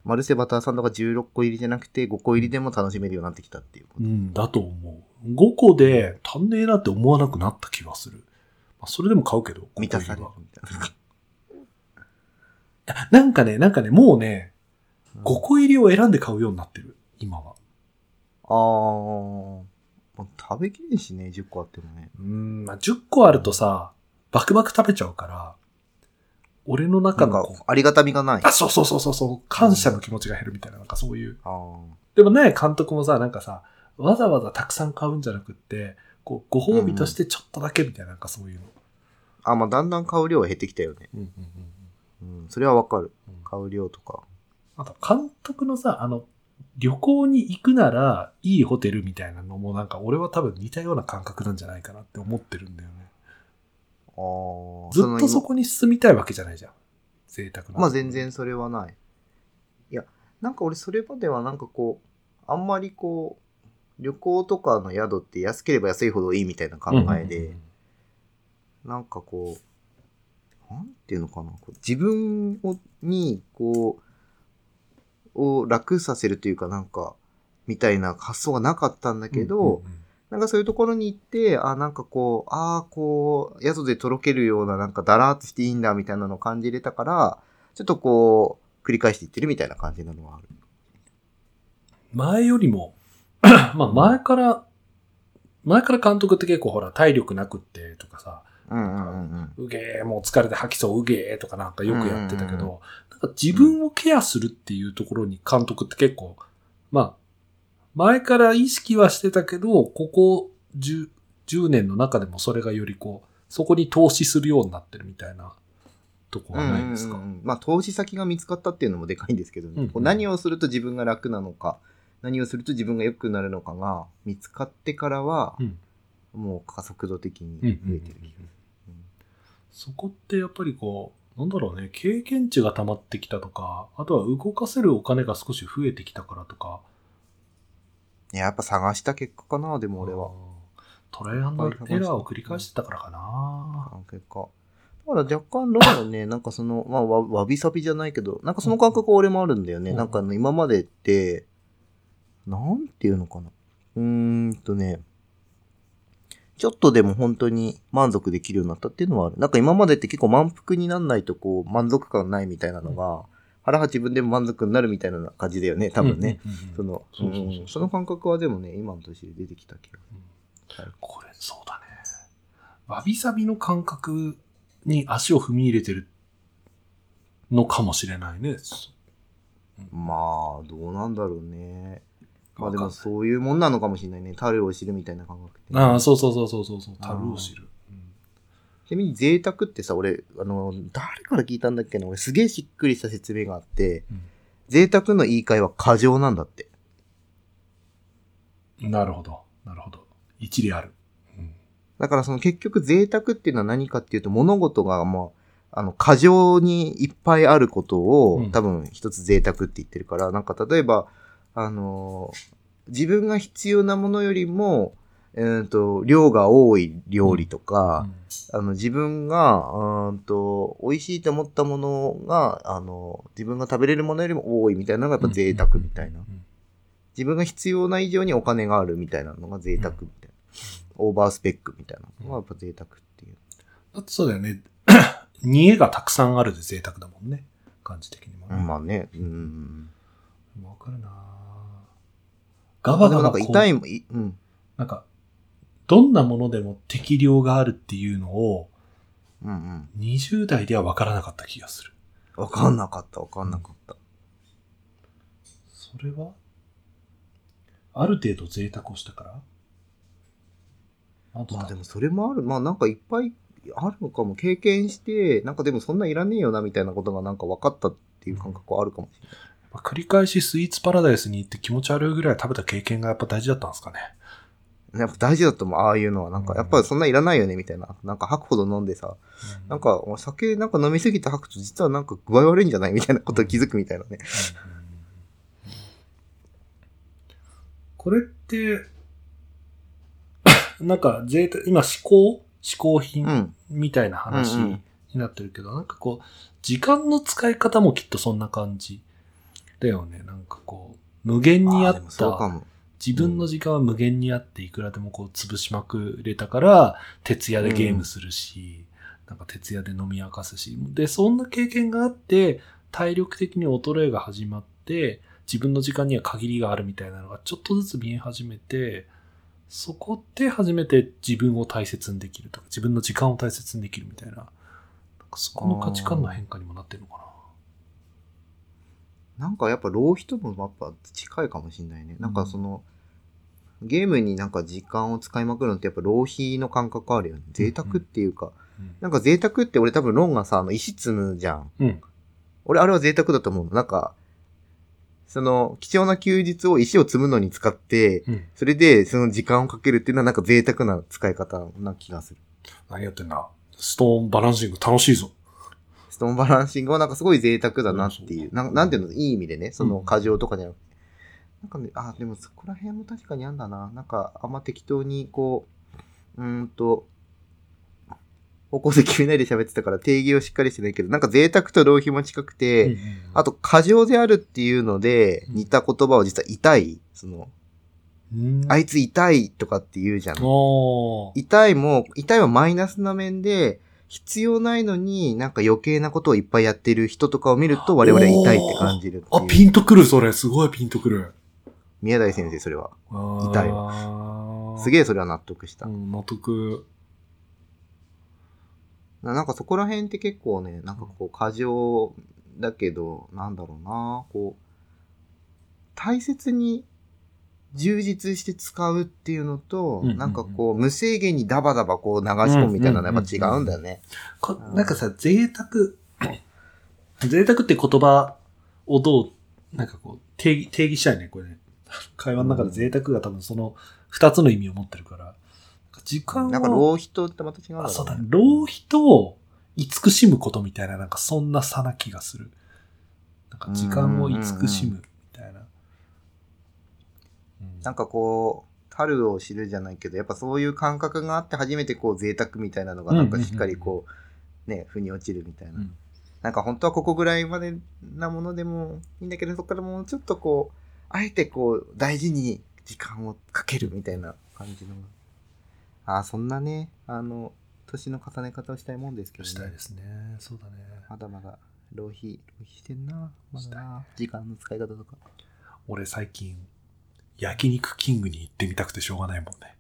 S2: マルセバターサンドが16個入りじゃなくて5個入りでも楽しめるようになってきたっていうこ
S1: う
S2: と。
S1: ん、だと思う。5個で足んねえなって思わなくなった気がする。まあ、それでも買うけど、ここ
S2: 満たされ
S1: い
S2: るみたいな。
S1: ればなんかね、なんかね、もうね、
S2: うん
S1: 5個入りを選んで買うようになってる、今は。
S2: ああ、もう食べきれんしね、10個あってもね。
S1: うん、まあ、10個あるとさ、バクバク食べちゃうから、俺の
S2: な
S1: 中
S2: ん
S1: の
S2: か
S1: こう、
S2: ありがたみがない。
S1: あ、そうそうそうそうそう、感謝の気持ちが減るみたいな、なんかそういう。
S2: あー
S1: でもね、監督もさ、なんかさ、わざわざたくさん買うんじゃなくって、こう、ご褒美としてちょっとだけみたいな、なんかそういうの。
S2: あ、まあだんだん買う量は減ってきたよね。
S1: うんうんうん
S2: うん、それはわかる。
S1: うん
S2: 買う量とか。
S1: あと、監督のさ、あの、旅行に行くなら、いいホテルみたいなのも、なんか俺は多分似たような感覚なんじゃないかなって思ってるんだよね。
S2: ああ。
S1: ずっとそこに住みたいわけじゃないじゃん。贅沢な。
S2: まあ全然。それはない。いや、なんか俺それまではなんかこう、あんまりこう、旅行とかの宿って安ければ安いほどいいみたいな考えで、
S1: うん
S2: なんかこう、なんていうのかな、こう自分をに、こう、を楽させるというか、なんか、みたいな発想がなかったんだけど、
S1: うんうんうん
S2: なんかそういうところに行って、あ、なんかこう、ああ、こう、宿でとろけるような、なんかだらーっとしていいんだ、みたいなのを感じれたから、ちょっとこう、繰り返していってるみたいな感じなのはある。
S1: 前よりも、 <clears throat> まあ前から、前から監督って結構ほら、体力なくってとかさ、
S2: うんうんうんうん。
S1: うげー、もう疲れて吐きそう、うげーとかなんかよくやってたけ
S2: うんうん
S1: ど、なんか自分をケアするっていうところに監督って結構、まあ、前から意識はしてたけど、ここ 10, 10年の中でもそれがよりこう、そこに投資するようになってるみたいなとこはないですか。
S2: うんうんうんまあ投資先が見つかったっていうのもでかいんですけどね、
S1: うんうん
S2: こう何をすると自分が楽なのか何をすると自分が良くなるのかが見つかってからは、
S1: うん
S2: もう加速度的
S1: う
S2: に
S1: ん
S2: 増えてる
S1: うんうんうん
S2: うん
S1: そこってやっぱりこう、なんだろうね、経験値が溜まってきたとか、あとは動かせるお金が少し増えてきたからとか、
S2: いややっぱ探した結果かなでも俺は
S1: うん。トライアンドエラーを繰り返してたからかな。
S2: あ結果だから若干ローのね <laughs> なんかそのまあわわびさびじゃないけどなんかその感覚は俺もあるんだよね、
S1: うん
S2: なんかあの今までってなんていうのかなうーんとねちょっとでも本当に満足できるようになったっていうのはある。なんか今までって結構満腹になんないとこう満足感ないみたいなのが、腹八分でも満足になるみたいな感じだよね、多分ね。
S1: うんうん
S2: そ
S1: うんうん。
S2: の、
S1: そううそうそうそうん
S2: その感覚はでもね、今の年で出てきた気が
S1: これ、そうだね。わびさびの感覚に足を踏み入れてるのかもしれないね。
S2: まあ、どうなんだろうね。まあで
S1: わ
S2: も
S1: かんない
S2: そういうもんなのかもしれないね。樽を知るみたいな感覚って。
S1: ああ、そうそうそうそうそうそう、樽を知る。うん
S2: ちなみに贅沢ってさ、俺、あの、誰から聞いたんだっけな俺すげえしっくりした説明があって、
S1: うん
S2: 贅沢の言い換えは過剰なんだって。
S1: なるほど、なるほど。一理ある。うん
S2: だからその結局贅沢っていうのは何かっていうと物事がまあ、あの、過剰にいっぱいあることを、
S1: うん
S2: 多分一つ贅沢って言ってるから、なんか例えば、あのー自分が必要なものよりも、えーと、量が多い料理と
S1: う
S2: か、
S1: ん
S2: あの、自分が、うーんと、美味しいと思ったものが、あの、自分が食べれるものよりも多いみたいなのがやっぱ贅沢みたいな
S1: うん。うん
S2: 自分が必要な以上にお金があるみたいなのが贅沢みたいな。オーバースペックみたいなのがやっぱ贅沢っていう。
S1: だってそうだよね。 <coughs> 煮えがたくさんあるで贅沢だもんね。感じ的にもね。
S2: まあね。うん。
S1: わかるなぁガ
S2: ま
S1: バ
S2: あで
S1: ガバ
S2: もなん
S1: こ
S2: か
S1: う
S2: 痛いも、いうん。
S1: なんか、どんなものでも適量があるっていうのを、
S2: うんうん。
S1: 20代ではわからなかった気がする。
S2: わかんなかった、わかんなかった。
S1: それはある程度贅沢をしたからあと
S2: まあでもそれもある。まあなんかいっぱいあるのかも。経験して、なんかでもそんないらねえよなみたいなことがなんか分かったっていう感覚はあるかもしれない。
S1: まあ繰り返しスイーツパラダイスに行って気持ち悪いぐらい食べた経験がやっぱ大事だったんですかね。
S2: やっぱ大事だと思う、ああいうのは。なんか、やっぱそんないらないよねみたいな。なんか吐くほど飲んでさ、なんかお酒なんか飲みすぎて吐くと実はなんか具合悪いんじゃないみたいなことを気づくみたいなね。
S1: これって、なんか贅沢、今、嗜好嗜好
S2: う
S1: 品
S2: ん。
S1: みたいな話
S2: うんうん
S1: になってるけど、なんかこう、時間の使い方もきっとそんな感じだよね。なんかこう、無限にあ
S2: あーで
S1: っ
S2: もそうか
S1: た、
S2: も。
S1: 自分の時間は無限にあって、いくらでもこう、潰しまくれたから、徹夜でゲームするし、なんか徹夜で飲み明かすし、で、そんな経験があって、体力的に衰えが始まって、自分の時間には限りがあるみたいなのがちょっとずつ見え始めて、そこで初めて自分を大切にできるとか、自分の時間を大切にできるみたいな、なんかそこの価値観の変化にもなってるのか
S2: なんかやっぱ浪費ともやっぱ近いかもしれないね。なんかその、ゲームになんか時間を使いまくるのってやっぱ浪費の感覚あるよね。贅沢っていうか、
S1: な。
S2: なんか贅沢って俺多分ロンがさ、あの石積むじゃん。
S1: うん
S2: 俺あれは贅沢だと思うの。なんか、その貴重な休日を石を積むのに使って、
S1: うん。うん。
S2: それでその時間をかけるっていうのはなんか贅沢な使い方な気がする。
S1: 何やってんだストーンバランシング楽しいぞ。
S2: ストーンバランシングはなんかすごい贅沢だなっていうう。
S1: ん
S2: なんなんていうのいい意味でね。その
S1: うん
S2: 過剰とかじゃなくて。なんかね、あ、でもそこら辺も確かにあんだな。なんかあんま適当にこう、うーんと、方向性決めないで喋ってたから定義をしっかりしてないけど、なんか贅沢と浪費も近くて、
S1: うんうんうん
S2: あと過剰であるっていうので、
S1: うん
S2: 似た言葉を実は痛い、その、
S1: うん
S2: あいつ痛いとかって言うじゃん。
S1: おー
S2: 痛いも、痛いはマイナスな面で、必要ないのになんか余計なことをいっぱいやってる人とかを見ると我々は痛いって感じるって
S1: あ、
S2: いう。
S1: ピンとくる、それ。すごいピンとくる。
S2: 宮台先生、それは。痛い
S1: わ
S2: すげ
S1: え。
S2: えそれは納得した
S1: う。ん、納得。
S2: ななんかそこら辺って結構ね、なんかこう、過剰だけど、なんだろうな、こう、大切に充実して使うっていうのと、
S1: うんうんうん
S2: なんかこう、無制限にダバダバこう流し込むみたいなのはやっぱ違うんだよね。
S1: こ
S2: うん
S1: なんかさ、贅沢、 <clears throat> 贅沢って言葉をどう、なんかこう、定義、定義したいね、これね。会話の中で贅沢が多分その二つの意味を持ってるから。なんか時間
S2: なんか
S1: を、
S2: 浪費とってまた違うんだ
S1: あ、そ
S2: よ
S1: うだね
S2: ね。。
S1: 浪費と慈しむことみたいな、なんかそんな差な気がする。なんか時間を慈しむみたいな。うん
S2: なんかこう、樽を知るじゃないけど、やっぱそういう感覚があって初めてこう贅沢みたいなのがなんかしっかりこう、ね、腑に落ちるみたいな。
S1: うん
S2: なんか本当はここぐらいまでなものでもいいんだけど、そこからもうちょっとこう、あえてこう、大事に時間をかけるみたいな感じの。ああ、そんなね、あの、年の重ね方をしたいもんですけ
S1: した
S2: ど
S1: い
S2: ね
S1: で。すね。そうだね。
S2: まだまだ浪費、浪費してんな。まだ
S1: したい
S2: な。時間の使い方とか。
S1: 俺最近、焼肉キングに行ってみたくてしょうがないもんね。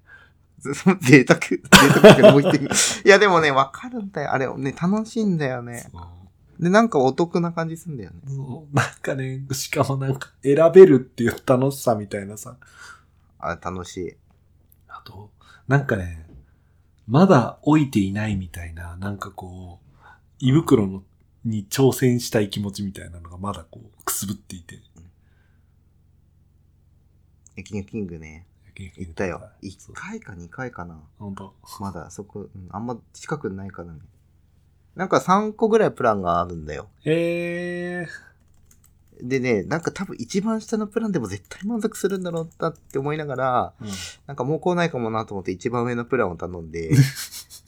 S2: そ <laughs> その贅沢、贅沢だけどもう <laughs> 一点。いや、でもね、わかるんだよ。あれ、ね、楽しいんだよね。
S1: そう
S2: で、なんかお得な感じすんだよね。
S1: そうなんかね、しかもなんか選べるっていう楽しさみたいなさ。
S2: あ楽しい。
S1: あと、なんかね、まだ老いていないみたいな、なんかこう、胃袋のに挑戦したい気持ちみたいなのがまだこう、くすぶっていて。
S2: 焼肉キングね。行ったよ。
S1: そう
S2: 1回か2回かな。
S1: ほんと。
S2: まだそこ、うん、あんま近くないからね。なんか3個ぐらいプランがあるんだよ。
S1: えー、
S2: でね、なんか多分一番下のプランでも絶対満足するんだろうなって思いながら、なんかもう来ないかもなと思って一番上のプランを頼
S1: <laughs>
S2: んで、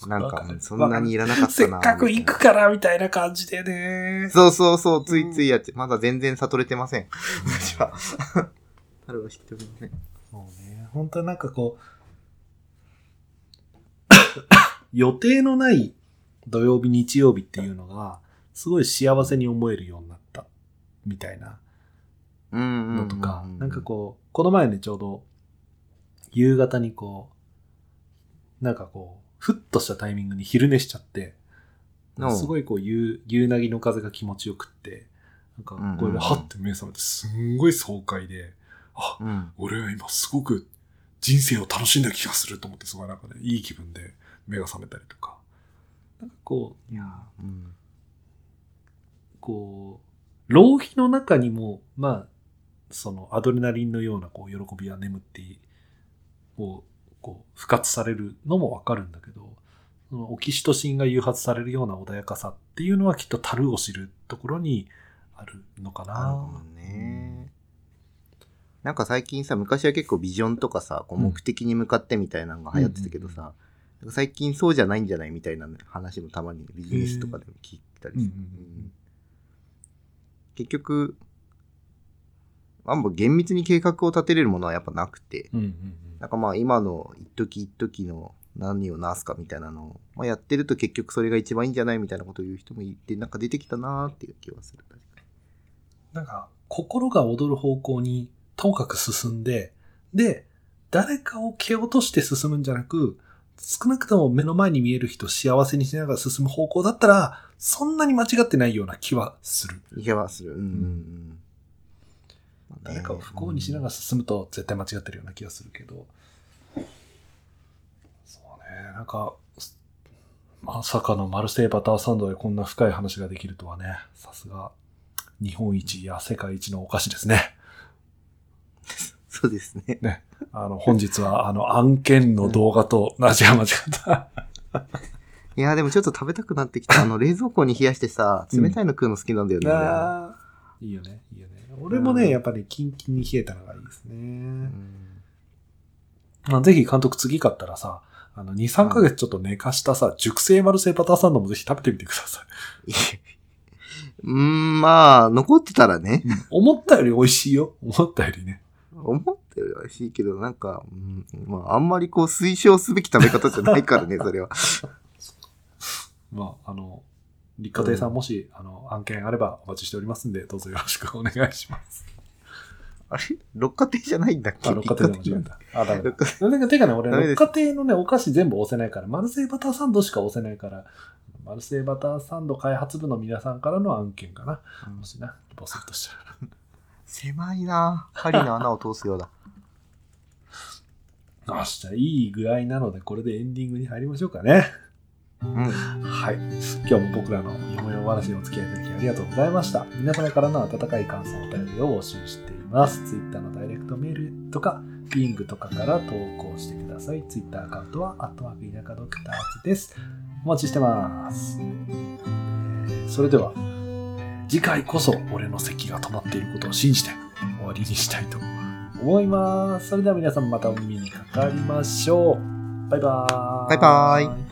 S2: なん
S1: わ
S2: か
S1: かる
S2: そんなにいらなかった
S1: せ
S2: な。
S1: っかく行
S2: み
S1: く
S2: たい
S1: からみたいな感じでね
S2: な。。そうそうそう、ついついやって、まだ全然悟れてません。
S1: <laughs>
S2: 私は。あれは知ってません。
S1: そうね。本当はなんかこ
S2: <laughs>
S1: う、予定のない土曜日、日曜日っていうのが、すごい幸せに思えるようになった、みたいな
S2: うんうんうんう
S1: の
S2: ん。
S1: とか、なんかこう、この前ね、ちょうど、夕方にこう、なんかこう、ふっとしたタイミングに昼寝しちゃって、
S2: うん
S1: すごいこう、夕、夕なぎの風が気持ちよくって、なんか、これで、
S2: うん
S1: はって目覚めて、すんごい爽快で、あ、
S2: うん。
S1: 俺は今すごく人生を楽しんだ気がすると思って、すごいなんかね、いい気分で目が覚めたりとか。なんかこう、
S2: いやーうん。
S1: こう、浪費の中にも、まあ、そのアドレナリンのようなこう喜びや眠っていをこう、不活されるのもわかるんだけど、そのオキシトシンが誘発されるような穏やかさっていうのはきっと樽を知るところにあるのか
S2: あるかも
S1: な。
S2: ね。なんか最近さ、昔は結構ビジョンとかさ、こう目的に向かってみたいなのが流行ってたけど
S1: うん
S2: さ、なんか最近そうじゃないんじゃないみたいな話もたまにビジネスとかでも聞いたり
S1: うんう
S2: する。
S1: んうんうん
S2: 結局、あんま厳密に計画を立てれるものはやっぱなくて、
S1: うんうん
S2: なんかまあ今の一時一時の何をなすかみたいなのを、まあ、やってると結局それが一番いいんじゃないみたいなことを言う人もいて、なんか出てきたなーっていう気はする。確かに
S1: なんか、心が躍る方向に、ともかく進んで、で、誰かを蹴落として進むんじゃなく、少なくとも目の前に見える人を幸せにしながら進む方向だったら、そんなに間違ってないような気はする。
S2: いけはする。うんうんうん。まあね
S1: 誰かを不幸にしながら進むと絶対間違ってるような気がするけど。そうね、なんか、まさかのマルセイバターサンドでこんな深い話ができるとはね、さすが、日本一や世界一のお菓子ですね。
S2: そうですね。
S1: あの、本日は、あの、案件の動画と、なじゃ間違った。
S2: いやーでもちょっと食べたくなってきた。あの、冷蔵庫に冷やしてさ、冷たいの食うの好きなんだよね。
S1: いいよね、いいよね。俺も
S2: うん
S1: ね、やっぱりキンキンに冷えたのがいいです
S2: う
S1: ね。
S2: ん
S1: まあ、ぜひ監督次買ったらさ、あの、2、3ヶ月ちょっと寝かしたさ、熟成マルセイバターサンドもぜひ食べてみてくだ
S2: <laughs>
S1: さい。
S2: うーん、まあ、残ってたらね。
S1: 思ったより美味しいよ。思ったよりね。
S2: あ思ってるらしいけど、なんか、うん、まあ、あんまりこう、推奨すべき食べ方じゃないからね、それは。
S1: まあ、あの、立花亭さん、もし、あの、案件あればお待ちしておりますんで、どうぞよろしくお願いします。
S2: あれ六花亭じゃないんだっけ
S1: あ、六花亭で間違えた。あ、ダメだ
S2: 六。花
S1: なんかてかね、俺、
S2: ダメで
S1: 六
S2: す
S1: 花亭のね、お菓子全部押せないから、マルセイバターサンドしか押せないから、マルセイバターサンド開発部の皆さんからの案件かな。もしな、ボスッとしたら。
S2: 狭いな針の穴を通すようだ。
S1: よし、じゃあいい具合なので、これでエンディングに入りましょうかね。
S2: うん。
S1: はい。今日も僕らのよもやま話にお付き合いいただきありがとうございました。皆様からの温かい感想、お便りを募集しています。Twitter のダイレクトメールとか、リングとかから投稿してください。Twitter アカウントは、アットワーク田舎ドクターズです。お待ちしてます。えーそれでは、次回こそ俺の席が止まっていることを信じて終わりにしたいと思います。それでは皆さんまたお耳にかかりましょう。バイバーイ。
S2: バイバーイ